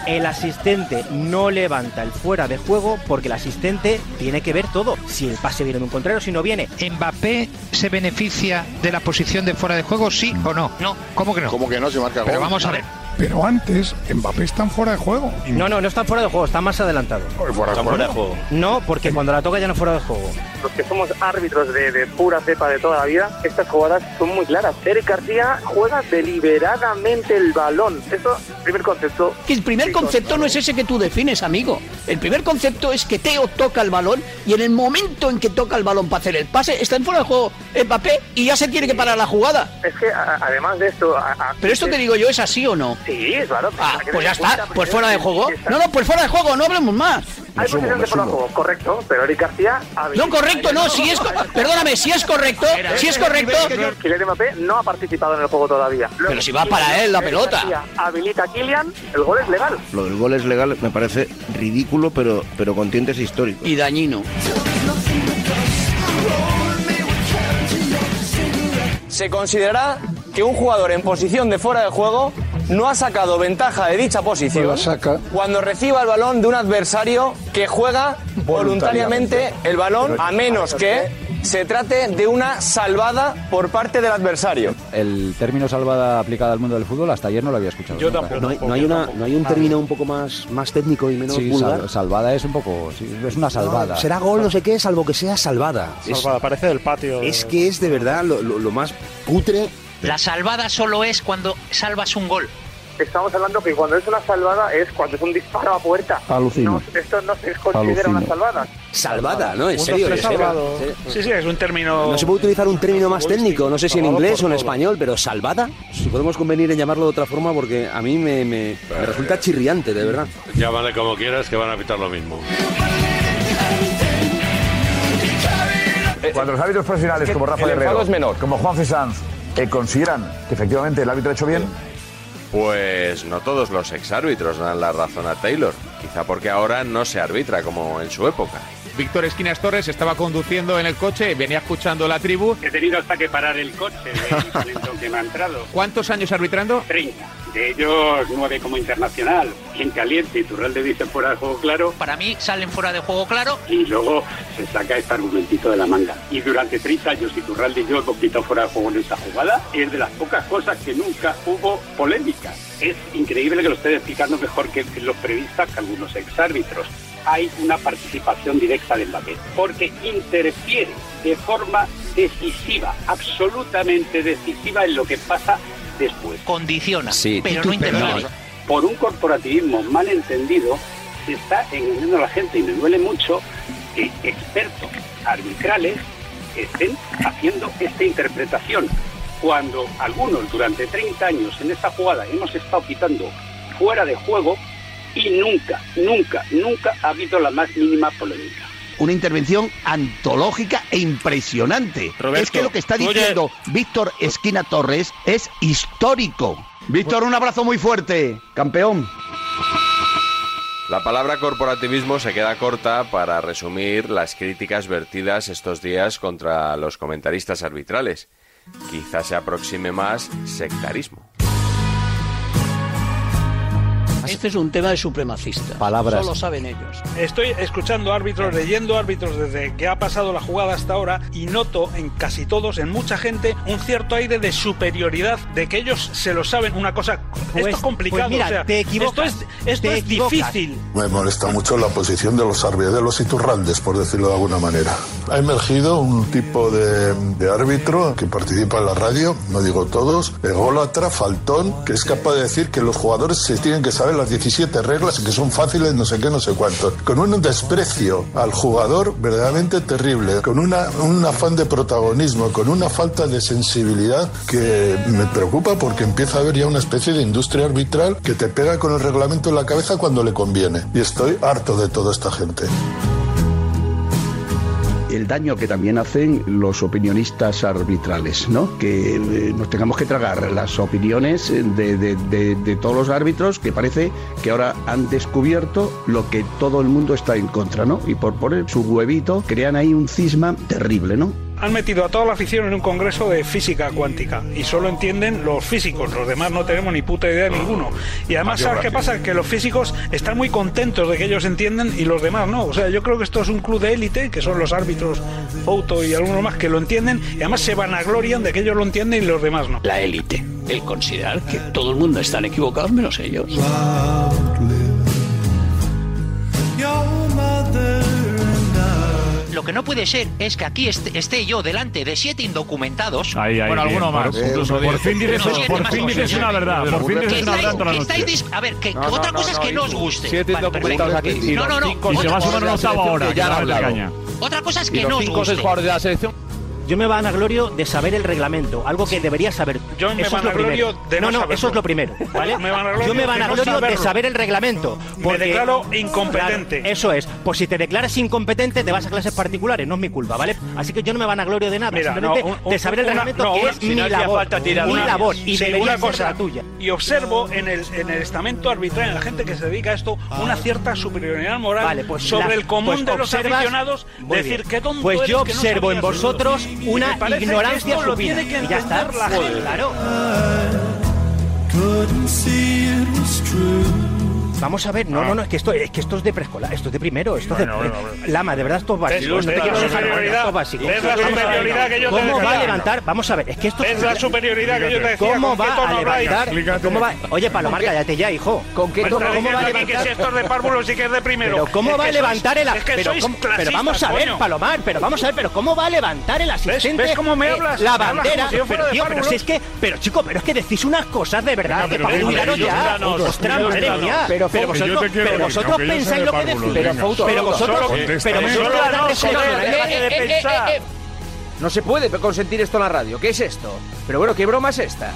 S30: El asistente no levanta el fuera de juego porque el asistente tiene que ver todo. Si el pase viene de un contrario, si no viene.
S18: Mbappé se beneficia de la posición de fuera de juego, sí o no. No. ¿Cómo que no?
S31: Como que no se marca
S18: Pero
S31: gol.
S18: vamos a ver.
S6: Pero antes, Mbappé está fuera de juego.
S32: No, no, no está fuera de juego, está más adelantado.
S6: fuera de Está fuera de juego.
S32: No, porque cuando la toca ya no es fuera de juego.
S14: Los que somos árbitros de, de pura cepa de toda la vida, estas jugadas son muy claras. Eric García juega deliberadamente el balón. Eso, primer concepto.
S3: Que el primer
S14: Chicos,
S3: concepto no es ese que tú defines, amigo. El primer concepto es que Teo toca el balón y en el momento en que toca el balón para hacer el pase, está en fuera de juego Mbappé y ya se tiene que parar la jugada.
S14: Es que a- además de esto. a- a-
S3: Pero esto que digo yo es así o no.
S14: Sí, claro.
S3: Ah,
S14: hay que
S3: pues ya
S14: tener en
S3: está,
S14: cuenta
S3: pues
S14: primero
S3: fuera de
S14: que-
S3: juego.
S14: que está-
S3: No, no, pues fuera de juego, no hablemos más.
S14: Hay posiciones de fuera de juego, correcto, pero Eric García.
S3: No, correcto, no, si es co- perdóname, si es correcto, si es correcto.
S14: Kylian Mbappé no ha participado en el juego todavía.
S3: Pero si va para él la
S14: Eric
S3: pelota.
S14: García Habilita a Kylian, el gol es legal.
S1: Lo del gol es legal, me parece ridículo, pero, pero con tintes históricos.
S3: Y dañino.
S33: Se considerará que un jugador en posición de fuera de juego no ha sacado ventaja de dicha posición cuando reciba el balón de un adversario que juega voluntariamente el balón
S10: Pero-
S33: a menos que se trate de una salvada por parte del adversario.
S10: El término salvada aplicada al mundo del fútbol hasta ayer no lo había escuchado. nunca.
S1: No hay, no hay una, no hay un término un poco más, más técnico y menos
S10: Sí, sal-
S1: vulgar.
S10: salvada es un poco. sí, es una salvada.
S1: No, será gol, no sé qué, salvo que sea salvada. Salvada,
S10: parece del patio.
S1: Es que es de verdad lo, lo- lo más putre.
S34: La salvada solo es cuando salvas un gol.
S14: Estamos hablando que cuando es una salvada es cuando es un disparo a puerta.
S1: Alucino.
S14: No, esto no se considera
S1: Alucino.
S14: una salvada.
S1: Salvada, ¿no? En serio. en serio.
S35: Sí, sí, es un término.
S1: No se puede utilizar un término más técnico, no sé si en inglés o en español, pero salvada. Si podemos convenir en llamarlo de otra forma, porque a mí me, me- me resulta chirriante, de verdad.
S10: Llámale como quieras que van a pitar lo mismo.
S22: Cuando los árbitros profesionales
S10: que
S22: como Rafa
S10: el
S22: Guerrero,
S10: enfado Eh, es menor.
S22: como Juan Sanz, eh, consideran que efectivamente el árbitro ha hecho bien,
S2: Pues no todos los exárbitros dan la razón a Taylor, quizá porque ahora no se arbitra como en su época.
S10: Víctor Esquinas Torres estaba conduciendo en el coche, venía escuchando la tribu.
S9: He tenido hasta que parar el coche del momento que me ha entrado.
S10: ¿Cuántos años arbitrando?
S9: 30. De ellos, 9 como internacional. En caliente, Iturralde dice fuera de juego claro.
S34: Para mí salen fuera de juego claro.
S9: Y luego se saca este argumentito de la manga. Y durante 30 años, Iturralde y yo hemos quitado fuera de juego en esta jugada. Y es de las pocas cosas que nunca hubo polémica. Es increíble que lo estén explicando mejor que los previstas que algunos exárbitros. Hay una participación directa del Mbappé, porque interfiere de forma decisiva, absolutamente decisiva en lo que pasa después.
S34: Condiciona,
S9: Sí.
S34: pero
S9: Tú,
S34: no
S9: pero
S34: interviene.
S9: no. Por un corporativismo mal entendido, se está engañando a la gente y me duele mucho que expertos arbitrales estén haciendo esta interpretación. Cuando algunos durante 30 años en esta jugada hemos estado quitando fuera de juego y nunca, nunca, nunca ha habido la más mínima polémica. Una intervención antológica e impresionante.
S10: Roberto,
S9: es que lo que está
S10: oye.
S9: diciendo Víctor Esquina Torres es histórico. Víctor, un abrazo muy fuerte. Campeón.
S2: La palabra corporativismo se queda corta para resumir las críticas vertidas estos días contra los comentaristas arbitrales. Quizá se aproxime más sectarismo.
S3: Este es un tema de supremacista.
S10: Palabras.
S3: Solo saben ellos.
S10: Estoy escuchando árbitros, leyendo árbitros desde que ha pasado la jugada hasta ahora y noto en casi todos, en mucha gente, un cierto aire de superioridad, de que ellos se lo saben una cosa.
S36: Pues-
S10: esto es complicado,
S36: pues mira,
S10: o sea,
S36: te equivocas,
S10: esto es, esto
S36: te
S10: es
S36: equivocas.
S10: difícil.
S16: Me molesta mucho la posición de los árbitros, de los iturrandes, por decirlo de alguna manera. Ha emergido un tipo de, de árbitro que participa en la radio, no digo todos, ególatra, faltón, que es capaz de decir que los jugadores se tienen que saber las 17 reglas y que son fáciles, no sé qué, no sé cuántos. Con un desprecio al jugador verdaderamente terrible, con una, un afán de protagonismo, con una falta de sensibilidad que me preocupa porque empieza a haber ya una especie de industria arbitral que te pega con el reglamento en la cabeza cuando le conviene. Y estoy harto de toda esta gente.
S10: el daño que también hacen los opinionistas arbitrales, ¿no? Que eh, nos tengamos que tragar las opiniones de, de- de- de todos los árbitros que parece que ahora han descubierto lo que todo el mundo está en contra, ¿no? Y por poner su huevito crean ahí un cisma terrible, ¿no? Han metido a toda la afición en un congreso de física cuántica y solo entienden los físicos, los demás no tenemos ni puta idea de ninguno. Y además, Mario ¿sabes qué Brazil. pasa? Que los físicos están muy contentos de que ellos entienden y los demás no. O sea, yo creo que esto es un club de élite, que son los árbitros, Fouto y algunos más, que lo entienden y además se vanaglorian de que ellos lo entienden y los demás no.
S9: La élite.
S3: el considerar que todo el mundo están equivocados menos ellos.
S37: Lo que no puede ser es que aquí est- esté yo delante de siete indocumentados.
S38: Ahí, ahí,
S37: Bueno,
S38: bien,
S37: alguno
S38: por-
S37: más.
S38: incluso
S37: Eh, por
S38: diez.
S37: fin dices-
S38: No,
S37: por
S38: siete
S37: fin
S38: más,
S37: dices
S38: ocho,
S37: una
S38: siete.
S37: verdad, por fin
S38: Que
S37: dices una
S38: estáis-
S37: verdad toda la
S38: que
S37: noche.
S38: estáis dis-
S37: A ver, que
S38: No, no,
S37: otra
S38: no,
S37: cosa es
S38: no,
S37: que no os
S38: hijo.
S37: guste.
S38: Siete
S37: Vale,
S38: indocumentados
S37: perfecto.
S38: aquí. Y
S37: No,
S38: los
S37: no, no.
S38: cinco, seis jugadores de la selección que ya han
S37: Otra cosa-
S38: hablado.
S37: Otra cosa es
S38: Y
S37: que
S38: los
S37: no os
S38: cinco, seis
S37: guste.
S38: jugadores de la selección
S14: Yo me vanaglorio de saber el reglamento, algo que deberías saber.
S10: Yo me
S14: eso es lo
S10: vanaglorio
S14: primero.
S10: de no
S14: no,
S10: saberlo.
S14: eso es lo primero. ¿vale?
S10: Me vanaglorio
S14: Yo me
S10: de no
S14: vanaglorio de,
S10: saberlo.
S14: saber el reglamento.
S10: Me
S14: Porque,
S10: declaro incompetente.
S14: Claro, eso es. Pues si te declaras incompetente, te vas a clases particulares, no es mi culpa, ¿vale? Así que yo no me vanaglorio de nada,
S10: Mira,
S14: simplemente
S10: no, un- un-
S14: de saber el
S10: una-
S14: reglamento
S10: no,
S14: que
S10: una-
S14: es
S10: si
S14: mi
S10: no hacía
S14: labor.
S10: falta tirar
S14: mi
S10: una-
S14: labor y
S10: sí,
S14: debería
S10: una
S14: ser
S10: cosa
S14: la tuya.
S10: Y observo en el, en el estamento arbitral, en la gente que se dedica a esto, una cierta superioridad moral
S14: Ah. Vale, pues
S10: sobre
S14: la-
S10: el común
S14: pues
S10: de los
S14: observas-
S10: aficionados.
S14: Muy
S10: Decir,
S14: bien.
S10: qué tonto
S14: Pues
S10: eres
S14: yo
S10: que no
S14: observo en
S10: sabías".
S14: vosotros
S10: Y me
S14: una
S10: parece que
S14: ignorancia
S10: esto lo
S14: supina.
S10: tiene que
S14: y ya está.
S10: entender la gente.
S14: Claro. Vamos a ver,
S10: Ah.
S14: no, no, no, es que esto es que esto es de preescolar, esto es de primero, esto es de
S10: No, no, no, no.
S14: Lama, de verdad esto es básico.
S10: ¿Ves?
S14: no te
S10: ¿Ves
S14: quiero
S10: la
S14: decir nada,
S10: superioridad?
S14: esto es básico.
S10: ¿Ves la
S14: Vamos a ver,
S10: superioridad que yo te
S14: ¿Cómo va a
S10: decía?
S14: levantar? Vamos a ver, es que esto
S10: ¿Ves la superioridad que yo te decía?
S14: ¿Cómo
S10: ¿Con qué
S14: va
S10: tono
S14: a
S10: habláis?
S14: levantar?
S10: Explícate.
S14: ¿Cómo va? Oye, Palomar, cállate ya, hijo. ¿Con
S10: Me está
S14: ¿Cómo
S10: diciendo
S14: va a
S10: a mí que si esto es de párvulos y que es de primero.
S14: pero cómo
S10: Es
S14: va
S10: que
S14: a levantar
S10: sois-
S14: el
S10: es que
S14: pero,
S10: sois
S14: cómo- pero
S10: clasistas,
S14: vamos a ver,
S10: coño.
S14: Palomar, pero vamos a ver, pero cómo va a levantar el asistente
S10: ves cómo me
S22: eh,
S10: hablas?
S14: la
S10: Me hablas
S14: bandera.
S10: como si yo fuera
S14: pero
S10: de
S14: tío, pero
S10: párvulos.
S14: si es que, pero chico, pero es que decís unas cosas de
S10: Venga,
S14: verdad que
S10: pero
S14: para
S10: venga,
S14: cuidaros
S10: venga,
S14: ya.
S10: venga,
S14: Ostras,
S10: venga,
S14: madre
S10: venga,
S14: mía.
S10: pero
S14: Pero
S10: Fouto, yo
S14: vosotros,
S10: te quiero
S14: pero
S10: venga,
S14: vosotros
S10: aunque yo sea de
S14: pensáis lo que
S10: párvulos,
S14: decís.
S10: venga.
S14: pero
S10: Solo-
S14: vosotros,
S10: solo
S14: pero
S10: contéstame.
S14: vosotros
S10: Solo
S14: dadle
S10: no,
S14: sentido,
S10: joder,
S14: ¿eh?
S10: déjate de pensar.
S22: No se puede consentir esto en la radio. ¿Qué es esto? Pero bueno, ¿qué broma es esta?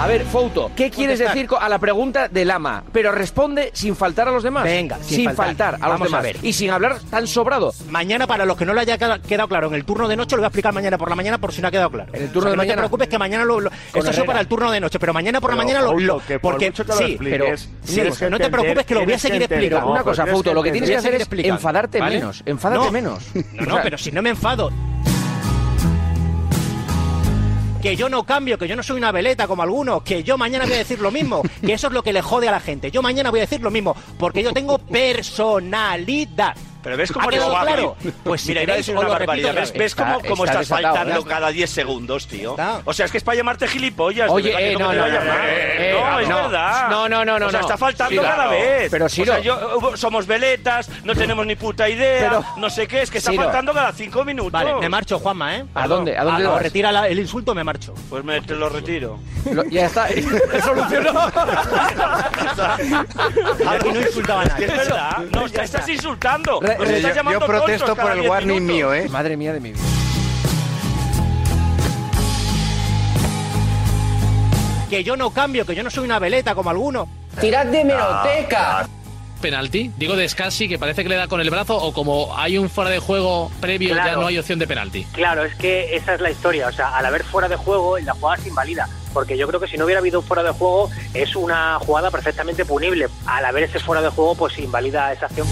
S22: A ver, Fouto, ¿qué quieres
S14: Contestar.
S22: decir co- a la pregunta de Lama? Pero responde sin faltar a los demás.
S14: Venga, sin faltar.
S22: faltar, a los
S14: Vamos a
S22: demás.
S14: ver.
S22: Y sin hablar tan sobrado.
S14: Mañana, para los que no lo haya queda- quedado claro, en el turno de noche lo voy a explicar mañana por la mañana por si no ha quedado claro. En el
S22: turno de
S14: no
S22: mañana.
S14: te preocupes que mañana lo. lo- esto es
S22: Herrera.
S14: para el turno de noche, pero mañana por la
S22: Pero,
S14: mañana lo.
S22: Fouto,
S14: lo-
S22: que por
S14: porque
S22: mucho que lo
S14: sí,
S22: expliques,
S14: pero
S22: tienes
S14: sí,
S22: que
S14: no te
S22: entender,
S14: preocupes que lo voy a
S22: tienes
S14: seguir
S22: que entender.
S14: explicando.
S22: Pero una cosa,
S14: Tienes
S22: Fouto, lo que tienes
S14: entender.
S22: que hacer es
S14: Voy a seguir
S22: enfadarte
S14: ¿vale?
S22: menos, enfádate
S14: No.
S22: menos.
S14: No,
S22: O
S14: no,
S22: sea-
S14: pero si no me enfado. Que yo no cambio, que yo no soy una veleta como algunos, que yo mañana voy a decir lo mismo, que eso es lo que le jode a la gente. Yo mañana voy a decir lo mismo, porque yo tengo personalidad.
S6: Pero ves
S14: ¿Ha
S6: cómo
S14: quedado
S6: eres vago.
S14: claro? Pues si
S6: Mira, iba a
S14: queréis,
S6: decir
S14: os
S6: una
S14: lo repito
S6: barbaridad.
S14: otra
S6: ¿Ves,
S14: vez.
S6: ves cómo,
S14: Está-
S6: cómo
S14: está
S6: estás
S14: desatado,
S6: faltando
S22: ¿eh?
S14: ¿verdad?
S6: cada 10 segundos, tío?
S14: Está.
S6: O sea, es que es para llamarte gilipollas. de
S22: Oye,
S6: verdad, que
S22: eh,
S6: ¿cómo
S22: no,
S6: te
S22: no,
S6: voy a llamar?
S22: eh,
S6: no,
S22: no,
S6: es
S22: no.
S6: verdad.
S22: No, no, no, no,
S6: O sea,
S22: no.
S6: está faltando
S22: Sí, claro.
S6: cada vez.
S22: Pero, Ciro-
S6: O sea, yo- hubo- somos veletas, no tenemos ni puta idea,
S14: Pero-
S6: no sé qué, es que está
S14: Ciro.
S6: faltando cada 5 minutos.
S14: Vale, me marcho, Juanma, ¿eh?
S6: ¿A dónde? ¿A dónde
S14: Ah,
S6: vas?
S14: retira la- el insulto, me marcho.
S6: Pues me, te lo retiro.
S22: ya está.
S6: solucionó.
S14: Aquí no insultaba a nadie.
S6: Es verdad. No, te estás insultando.
S22: Re-
S6: Nos
S22: re-
S6: estás
S22: yo-
S6: llamando
S22: yo protesto por
S6: tontos cada
S22: el
S6: 10
S22: warning
S6: minutos.
S22: mío, ¿eh? Madre mía de mi vida.
S14: Que yo no cambio, que yo no soy una veleta como algunos.
S39: Tirad de
S40: Ah.
S14: meroteca.
S39: penalti. Diego Descansi, que parece que le da con el brazo, o como hay un fuera de juego previo, ya
S40: Claro.
S39: no hay opción de penalti.
S40: Claro, es que esa es la historia. O sea, al haber fuera de juego, la jugada se invalida. Porque yo creo que si no hubiera habido un fuera de juego, es una jugada perfectamente punible. Al haber ese fuera de juego, pues invalida esa acción.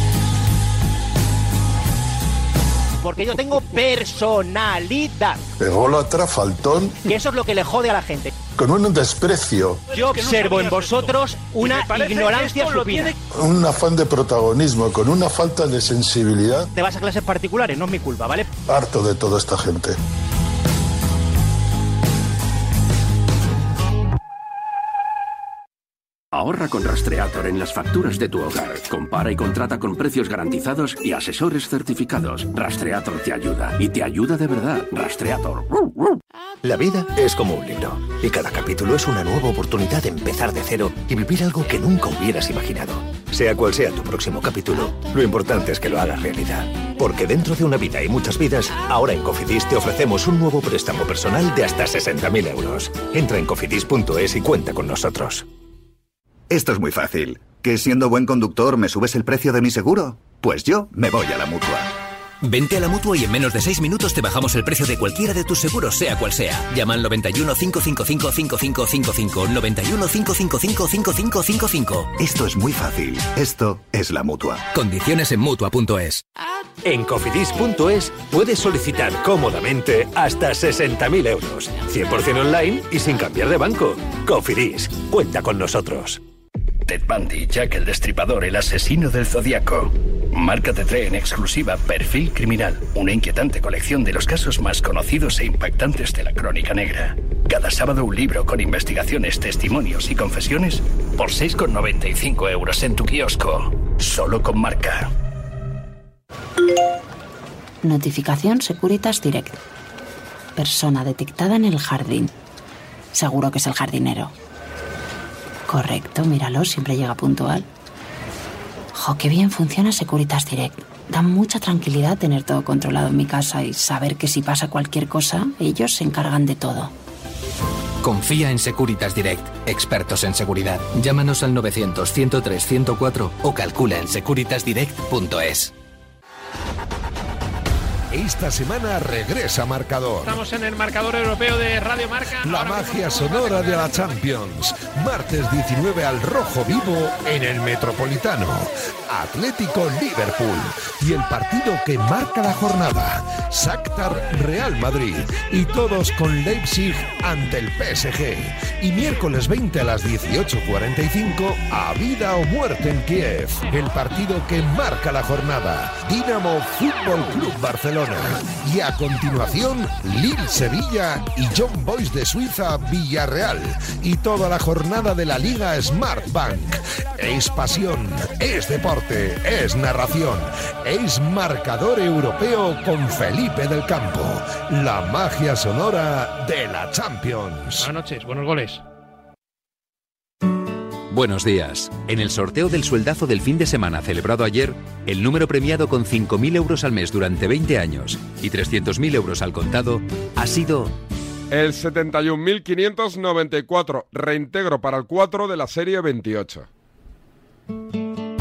S14: Porque yo tengo personalidad.
S16: Ególatra, faltón,
S14: Que eso es lo que le jode a la gente.
S16: con un desprecio,
S14: Yo observo en vosotros una ignorancia supina.
S16: un afán de protagonismo, con una falta de sensibilidad.
S14: Te vas a clases particulares, no es mi culpa, ¿vale?
S16: Harto de toda esta gente.
S41: Ahorra con Rastreator en las facturas de tu hogar. Compara y contrata con precios garantizados y asesores certificados. Rastreator te ayuda y te ayuda de verdad. Rastreator.
S9: La vida es como un libro y cada capítulo es una nueva oportunidad de empezar de cero y vivir algo que nunca hubieras imaginado. Sea cual sea tu próximo capítulo, lo importante es que lo hagas realidad. Porque dentro de una vida y muchas vidas, ahora en Cofidis te ofrecemos un nuevo préstamo personal de hasta 60.000 euros. Entra en cofidis.es y cuenta con nosotros.
S42: Esto es muy fácil. ¿Que siendo buen conductor me subes el precio de mi seguro? Pues yo me voy a la mutua. Vente a la mutua y en menos de 6 minutos te bajamos el precio de cualquiera de tus seguros, sea cual sea. Llama al 91 555 5555, 91 555 5555. Esto es muy fácil. Esto es la mutua. Condiciones en mutua.es. En
S43: Cofidis.es puedes solicitar cómodamente hasta 60.000 euros, 100% online y sin cambiar de banco. Cofidis, cuenta con nosotros.
S44: Ted Bundy, Jack el Destripador, el asesino del Zodiaco. Marca de tren exclusiva Perfil Criminal, una inquietante colección de los casos más conocidos e impactantes de la crónica negra. Cada sábado un libro con investigaciones, testimonios y confesiones por 6,95 euros en tu kiosco, solo con marca.
S18: Notificación Securitas Direct. Persona detectada en el jardín. Seguro que es el jardinero. Correcto, míralo, siempre llega puntual. Jo, qué bien funciona Securitas Direct. Da mucha tranquilidad tener todo controlado en mi casa y saber que si pasa cualquier cosa, ellos se encargan de todo.
S9: Confía en Securitas Direct, expertos en seguridad. Llámanos al 900-103-104 o calcula en securitasdirect.es.
S22: Esta semana regresa marcador.
S45: Estamos en el marcador europeo de Radio Marca.
S22: La magia sonora de la Champions. Martes 19 al rojo vivo en el Metropolitano. Atlético Liverpool. Y el partido que marca la jornada. Shakhtar Real Madrid. Y todos con Leipzig ante el PSG. Y miércoles 20 a las 18.45 a vida o muerte en Kiev. El partido que marca la jornada. Dinamo Fútbol Club Barcelona. Y a continuación, Lille Sevilla y John Boys de Suiza Villarreal. Y toda la jornada de la Liga Smart Bank. Es pasión, es deporte, es narración, es marcador europeo con Felipe del Campo. La magia sonora de la Champions.
S45: Buenas noches, buenos goles.
S9: Buenos días. En el sorteo del sueldazo del fin de semana celebrado ayer, el número premiado con 5.000 euros al mes durante 20 años y 300.000 euros al contado ha sido
S1: El 71.594, reintegro para el 4 de la serie 28.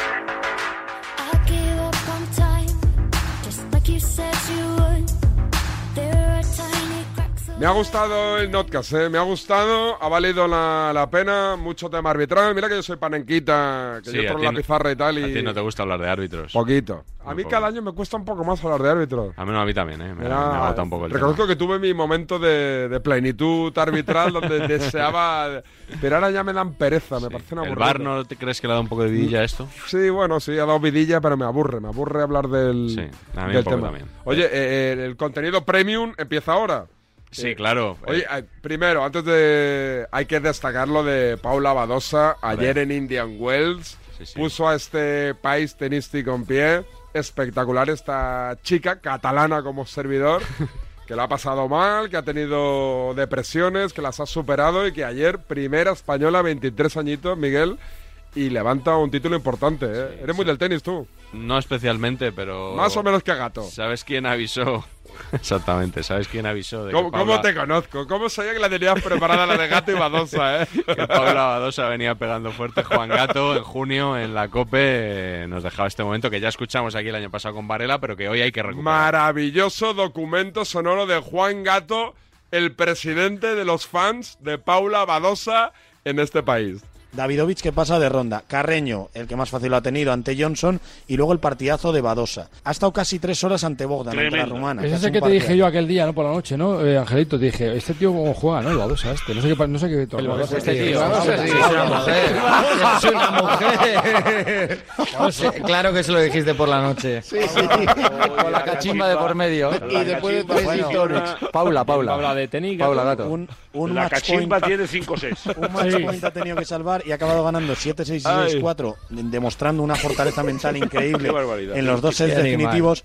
S16: I give up on time, just like you said you would. There are tiny cracks.
S1: Me ha gustado el notcast, ¿eh? me ha gustado, ha valido la, la pena, mucho tema arbitral. Mira que yo soy panenquita, que
S2: Sí,
S1: yo
S2: a
S1: por
S2: ti
S1: la
S2: no-
S1: pizarra y tal.
S2: A ti
S1: Y...
S2: no te gusta hablar de árbitros.
S1: Poquito. a
S2: Muy
S1: mí
S2: poco.
S1: cada año me cuesta un poco más hablar de árbitros.
S2: A mí, no, a mí también, ¿eh? Me, me
S1: Era-
S2: agota un poco el tema.
S1: Reconozco que tuve mi momento de, de plenitud arbitral donde deseaba. Pero ahora ya me dan pereza, me parece una
S2: ¿El
S1: aburrida.
S2: bar no te crees que le da un poco de vidilla a esto?
S1: Sí, bueno, sí, ha dado vidilla, pero me aburre, me aburre hablar del,
S2: a mí
S1: del
S2: un poco
S1: tema.
S2: también.
S1: Oye, eh, eh, el contenido premium empieza ahora.
S2: Sí, claro.
S1: Oye, eh, primero, antes de. Hay que destacar lo de Paula Badosa. Ayer en Indian Wells puso a este país tenístico en pie. Espectacular esta chica, catalana como servidor, que la ha pasado mal, que ha tenido depresiones, que las ha superado y que ayer, primera española, 23 añitos, Miguel, y levanta un título importante. ¿eh? Eres muy del tenis tú.
S2: No especialmente, pero.
S1: Más o menos que a gato.
S2: ¿Sabes quién avisó? Exactamente, ¿sabes quién avisó? De
S1: ¿Cómo,
S2: que
S1: cómo
S2: Paula-
S1: te conozco? ¿Cómo sabía que la tenías preparada la de gato y Badosa, eh?
S2: que Paula Badosa venía pegando fuerte. Juan Gato en junio en la COPE eh, nos dejaba este momento que ya escuchamos aquí el año pasado con Varela, pero que hoy hay que recuperar.
S1: Maravilloso documento sonoro de Juan Gato, el presidente de los fans de Paula Badosa en este país.
S3: Davidovich que pasa de ronda, Carreño, el que más fácil lo ha tenido ante Johnson, y luego el partidazo de Badosa. Ha estado casi tres horas ante Bogdan, ante la
S14: Tremendo.
S3: rumana.
S14: Ese es
S3: casi
S14: el
S3: un
S14: que te
S3: partidazo.
S14: dije yo aquel día, ¿no? Por la noche, ¿no? Eh, Angelito, te dije, este tío cómo juega, ¿no? El Badosa este. No sé qué... pa- No sé qué
S3: El Badosa,
S14: Este
S3: tío.
S14: tío.
S3: Badosa, sí, es una mujer.
S46: Es una mujer. Eh, Claro que se lo dijiste por la noche. Con la cachimba de por medio.
S3: Y después de tres historias.
S46: Paula, Paula.
S3: Paula de tenis,
S46: Paula,
S3: gato.
S46: gato.
S3: Un- un
S10: la
S3: match
S10: cachimba
S3: point.
S10: tiene 5-6.
S3: Un match point ha tenido que salvar y ha acabado ganando 7-6 y
S10: Ay.
S3: 6-4, demostrando una fortaleza mental increíble
S1: Qué barbaridad.
S3: en los dos sets
S1: Qué animal.
S3: definitivos.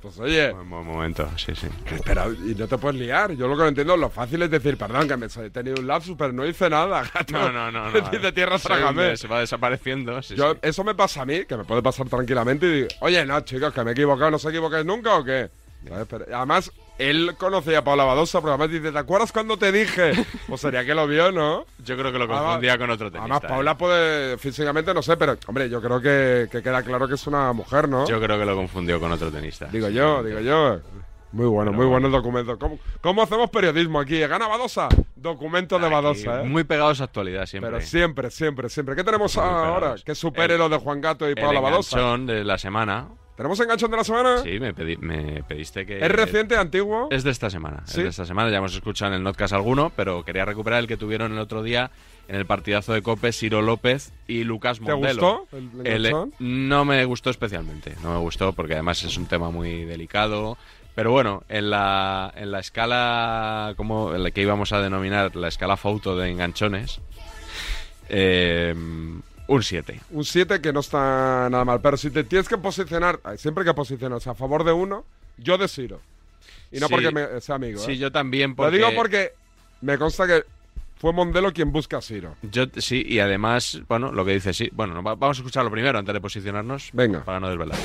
S1: Pues oye.
S2: Buen, buen momento, sí, sí.
S1: Pero, y no te puedes liar. Yo lo que no entiendo, lo fácil es decir, perdón, que me he tenido un lapsus, pero no hice nada, gato.
S2: No, no, no. no.
S1: de tierra
S2: Se
S1: trágame.
S2: hunde, Se va desapareciendo. sí,
S1: Yo-
S2: sí.
S1: Eso me pasa a mí, que me puede pasar tranquilamente y digo, oye, no, chicos, que me he equivocado, no os equivoquéis nunca o qué. ¿Sabes? Pero- además, él conocía a Paula Badosa, porque además dice, ¿te acuerdas cuando te dije? Pues sería que lo vio, ¿no?
S2: Yo creo que lo
S1: Además-
S2: confundía con otro tenista. ¿eh?
S1: Además, Paula puede, físicamente no sé, pero hombre, yo creo que, que queda claro que es una mujer, ¿no?
S2: Yo creo que lo confundió con otro tenista.
S1: digo yo, digo yo. Muy bueno, muy bueno el documento. ¿Cómo, cómo hacemos periodismo aquí? eh? Gana Badosa. Documento de Badosa, ¿eh?
S2: Muy pegados a actualidad siempre.
S1: Pero siempre, siempre, siempre. ¿Qué tenemos
S2: Muy pegados.
S1: ahora? Que supere lo de Juan Gato y
S2: El
S1: Paula Badosa.
S2: enganchón de la semana.
S1: ¿Tenemos enganchón de la semana?
S2: Sí, me, pedí- me Eh, pediste que...
S1: ¿Es reciente, antiguo?
S2: Es de esta semana. es
S1: ¿Sí?
S2: de esta semana. Ya hemos escuchado en el podcast alguno, pero quería recuperar el que tuvieron el otro día en el partidazo de Cope, Ciro López y Lucas
S1: ¿Te
S2: Mondelo. eh,
S1: gustó el enganchón?
S2: no me gustó especialmente. No me gustó porque además es un tema muy delicado. Pero bueno, en la, en la escala, como la que íbamos a denominar la escala Fauto de enganchones, eh, un 7.
S1: Un 7 que no está nada mal. Pero si te tienes que posicionar, ay, siempre que posicionarse a favor de uno, yo de Ciro. Y no
S2: Sí.
S1: porque me- sea amigo.
S2: Sí,
S1: ¿eh?
S2: yo también
S1: Lo
S2: porque-
S1: digo porque me consta que fue Mondelo quien busca a Ciro.
S2: Yo t- sí, y además, bueno, lo que dice sí. Bueno, no, va- vamos a escucharlo primero antes de posicionarnos.
S1: Venga.
S2: Para no desvelar.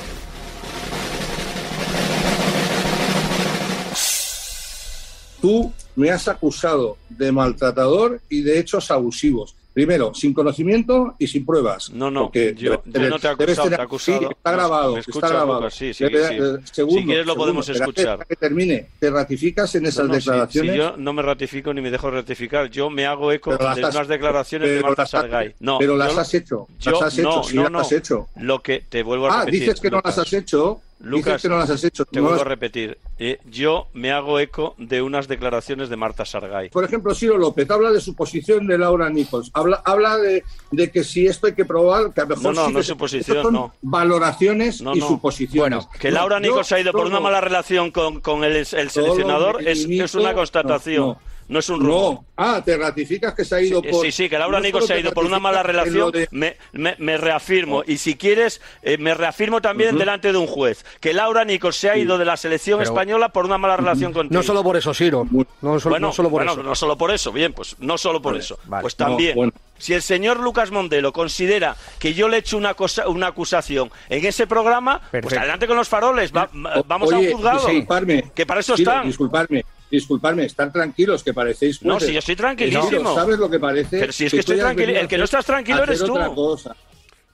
S9: Tú me has acusado de maltratador y de hechos abusivos. Primero, sin conocimiento y sin pruebas. No, no, porque
S6: Yo, yo no te he
S9: debes
S6: acusado,
S9: tener-
S6: te he acusado.
S9: Sí, está grabado,
S6: Me
S9: está
S6: escuchas,
S9: grabado.
S6: Lucas, sí, sí,
S9: Debe-
S6: sí.
S9: eh, segundo,
S6: si quieres lo podemos
S9: segundo, espérate
S6: escuchar.
S9: hasta que termine. ¿Te ratificas en
S6: No,
S9: esas
S6: no, si-
S9: declaraciones?
S6: si yo no me ratifico ni me dejo ratificar. Yo me hago eco
S9: Pero las
S6: de
S9: has-
S6: unas declaraciones de
S9: pero
S6: Marta
S9: las has-
S6: Sargay. No,
S9: pero
S6: yo
S9: las
S6: lo-
S9: has hecho,
S6: yo-
S9: las has hecho,
S6: no,
S9: sí,
S6: no,
S9: las
S6: no.
S9: has hecho.
S6: Lo que te vuelvo a
S9: Ah,
S6: repetir.
S9: dices que no
S6: Lucas.
S9: las has hecho.
S6: Lucas,
S9: dices que no las has hecho.
S6: Te
S9: No
S6: vuelvo
S9: las-
S6: a repetir. Eh, yo me hago eco de unas declaraciones de Marta Sargay.
S9: Por ejemplo, Ciro López habla de su posición de Laura Nichols. Habla, habla de, de que si esto hay que probar, que a lo mejor.
S6: No, no,
S9: sí que
S6: no es
S9: se-
S6: su posición,
S9: Estas son
S6: no.
S9: Valoraciones
S6: No,
S9: y
S6: no.
S9: suposiciones.
S6: Que
S9: No,
S6: Laura
S9: yo
S6: Nichols ha ido por
S9: solo-
S6: una mala relación con, con el, el seleccionador es,
S9: minimizo-
S6: es una constatación, no,
S9: no, no.
S6: es un rumor.
S9: No. Ah, te ratificas que se ha ido
S6: Sí,
S9: por.
S6: sí, sí, que Laura
S9: no
S6: Nichols
S9: solo
S6: se ha
S9: te
S6: ido por una mala
S9: ratificas en
S6: relación.
S9: lo de-
S6: Me, me- me reafirmo. Y si quieres, eh, me reafirmo también delante de un juez. Que Laura Nichols se ha ido de la selección
S47: Pero-
S6: española por una mala
S9: Mm.
S6: relación con
S47: No solo por eso, Siro. No solo,
S6: bueno,
S47: no solo por
S6: bueno,
S47: eso.
S6: no solo por eso, bien, pues no solo por eso. Pues
S47: No,
S6: también,
S47: bueno.
S6: si el señor Lucas Mondelo considera que yo le he hecho una, cosa, una acusación en ese programa, pues
S9: Perfecto.
S6: adelante con los faroles, va-
S9: O-
S6: eh, vamos a
S9: oye,
S6: un juzgado.
S9: Disculparme.
S6: Que para eso
S9: Ciro,
S6: están.
S9: Disculparme, disculparme, están tranquilos que parecéis.
S6: No,
S9: jueces.
S6: si yo estoy tranquilísimo.
S9: Ciro, ¿Sabes lo que parece?
S6: Pero si es que estoy
S9: tú hayas
S6: tranquilo,
S9: venido
S6: el que no
S9: a hacer-
S6: estás tranquilo
S9: a hacer
S6: eres tú.
S9: otra cosa.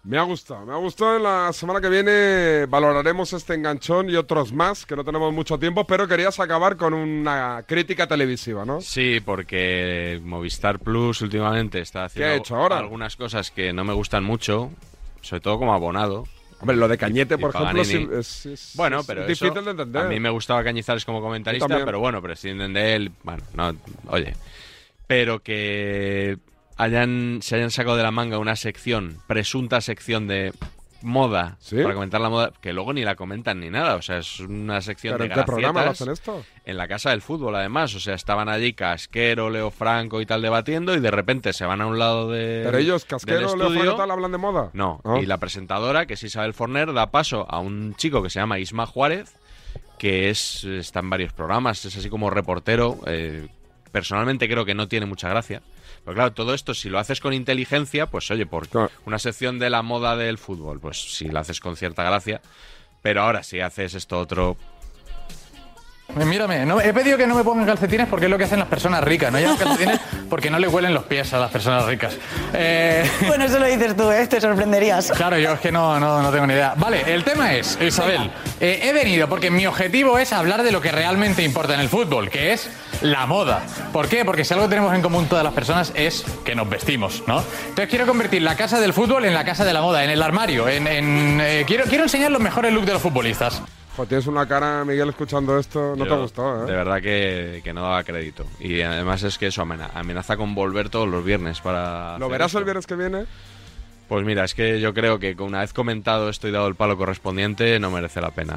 S1: Me ha gustado, me ha gustado. La semana que viene valoraremos este enganchón y otros más, que no tenemos mucho tiempo, pero querías acabar con una crítica televisiva, ¿no?
S2: Sí, porque Movistar Plus últimamente está haciendo
S1: ¿Qué ha hecho ahora?
S2: algunas cosas que no me gustan mucho, sobre todo como abonado.
S1: Hombre, lo de Cañete,
S2: Y- y
S1: por ejemplo,
S2: Paganini.
S1: es- es-
S2: bueno,
S1: es
S2: pero
S1: difícil
S2: eso,
S1: de entender.
S2: A mí me gustaba Cañizares como comentarista,
S1: Yo también.
S2: pero bueno, prescinden de él. Bueno, no, oye. Pero que hayan, se hayan sacado de la manga una sección, presunta sección de moda, para comentar la moda, que luego ni la comentan ni nada. O sea, es una sección
S1: ¿Pero
S2: de
S1: en qué programa lo
S2: gracietas
S1: hacen esto?
S2: en la casa del fútbol, además. O sea, estaban allí Casquero, Leo Franco y tal debatiendo y de repente se van a un lado de.
S1: Pero ellos,
S2: del
S1: Casquero, Leo
S2: estudio.
S1: Franco, tal, hablan de moda.
S2: No,
S1: Ah.
S2: y la presentadora, que es Isabel Forner, da paso a un chico que se llama Isma Juárez, que es está en varios programas, es así como reportero. eh, personalmente creo que no tiene mucha gracia. Pero claro, todo esto, si lo haces con inteligencia, pues oye, por una sección de la moda del fútbol, pues si lo haces con cierta gracia. Pero ahora, si haces esto otro,
S47: Eh, Mírame, no, he pedido que no me pongan calcetines porque es lo que hacen las personas ricas. No llevan calcetines porque no le huelen los pies a las personas ricas. Bueno, eso lo dices tú, ¿eh? te sorprenderías. Claro, yo es que no, no, no tengo ni idea. Vale, el tema es, Isabel, eh, he venido porque mi objetivo es hablar de lo que realmente importa en el fútbol, que es la moda. ¿Por qué? Porque si algo tenemos en común todas las personas es que nos vestimos, ¿no? Entonces quiero convertir la casa del fútbol en la casa de la moda, en el armario, en... en, eh, quiero, quiero enseñar los mejores looks de los futbolistas.
S1: Joder, Pues tienes una cara, Miguel, escuchando esto. No
S2: Yo,
S1: te gustó, ¿eh?
S2: De verdad que, que no daba crédito. Y además es que eso amena- amenaza con volver todos los viernes para...
S1: ¿Lo
S2: hacer
S1: verás
S2: esto.
S1: el viernes que viene?
S2: Pues mira, es que yo creo que una vez comentado esto y dado el palo correspondiente, no merece la pena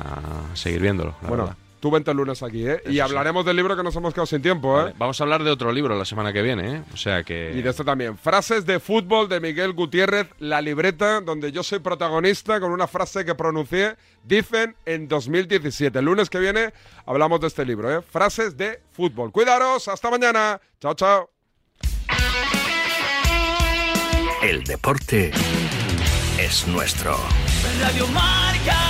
S2: seguir viéndolo. la
S1: Bueno,
S2: verdad.
S1: tú vente el lunes aquí, ¿eh?
S2: sí.
S1: Y hablaremos del libro que nos hemos quedado sin tiempo, ¿eh?
S2: Vale, Vamos a hablar de otro libro la semana que viene, ¿eh? O sea que...
S1: Y de esto también. Frases de fútbol de Miguel Gutiérrez, la libreta donde yo soy protagonista con una frase que pronuncié, dicen en 2017. El lunes que viene hablamos de este libro, ¿eh? Frases de fútbol. Cuidaros, hasta mañana. Chao, chao.
S48: El deporte es nuestro.
S3: Radio Marca.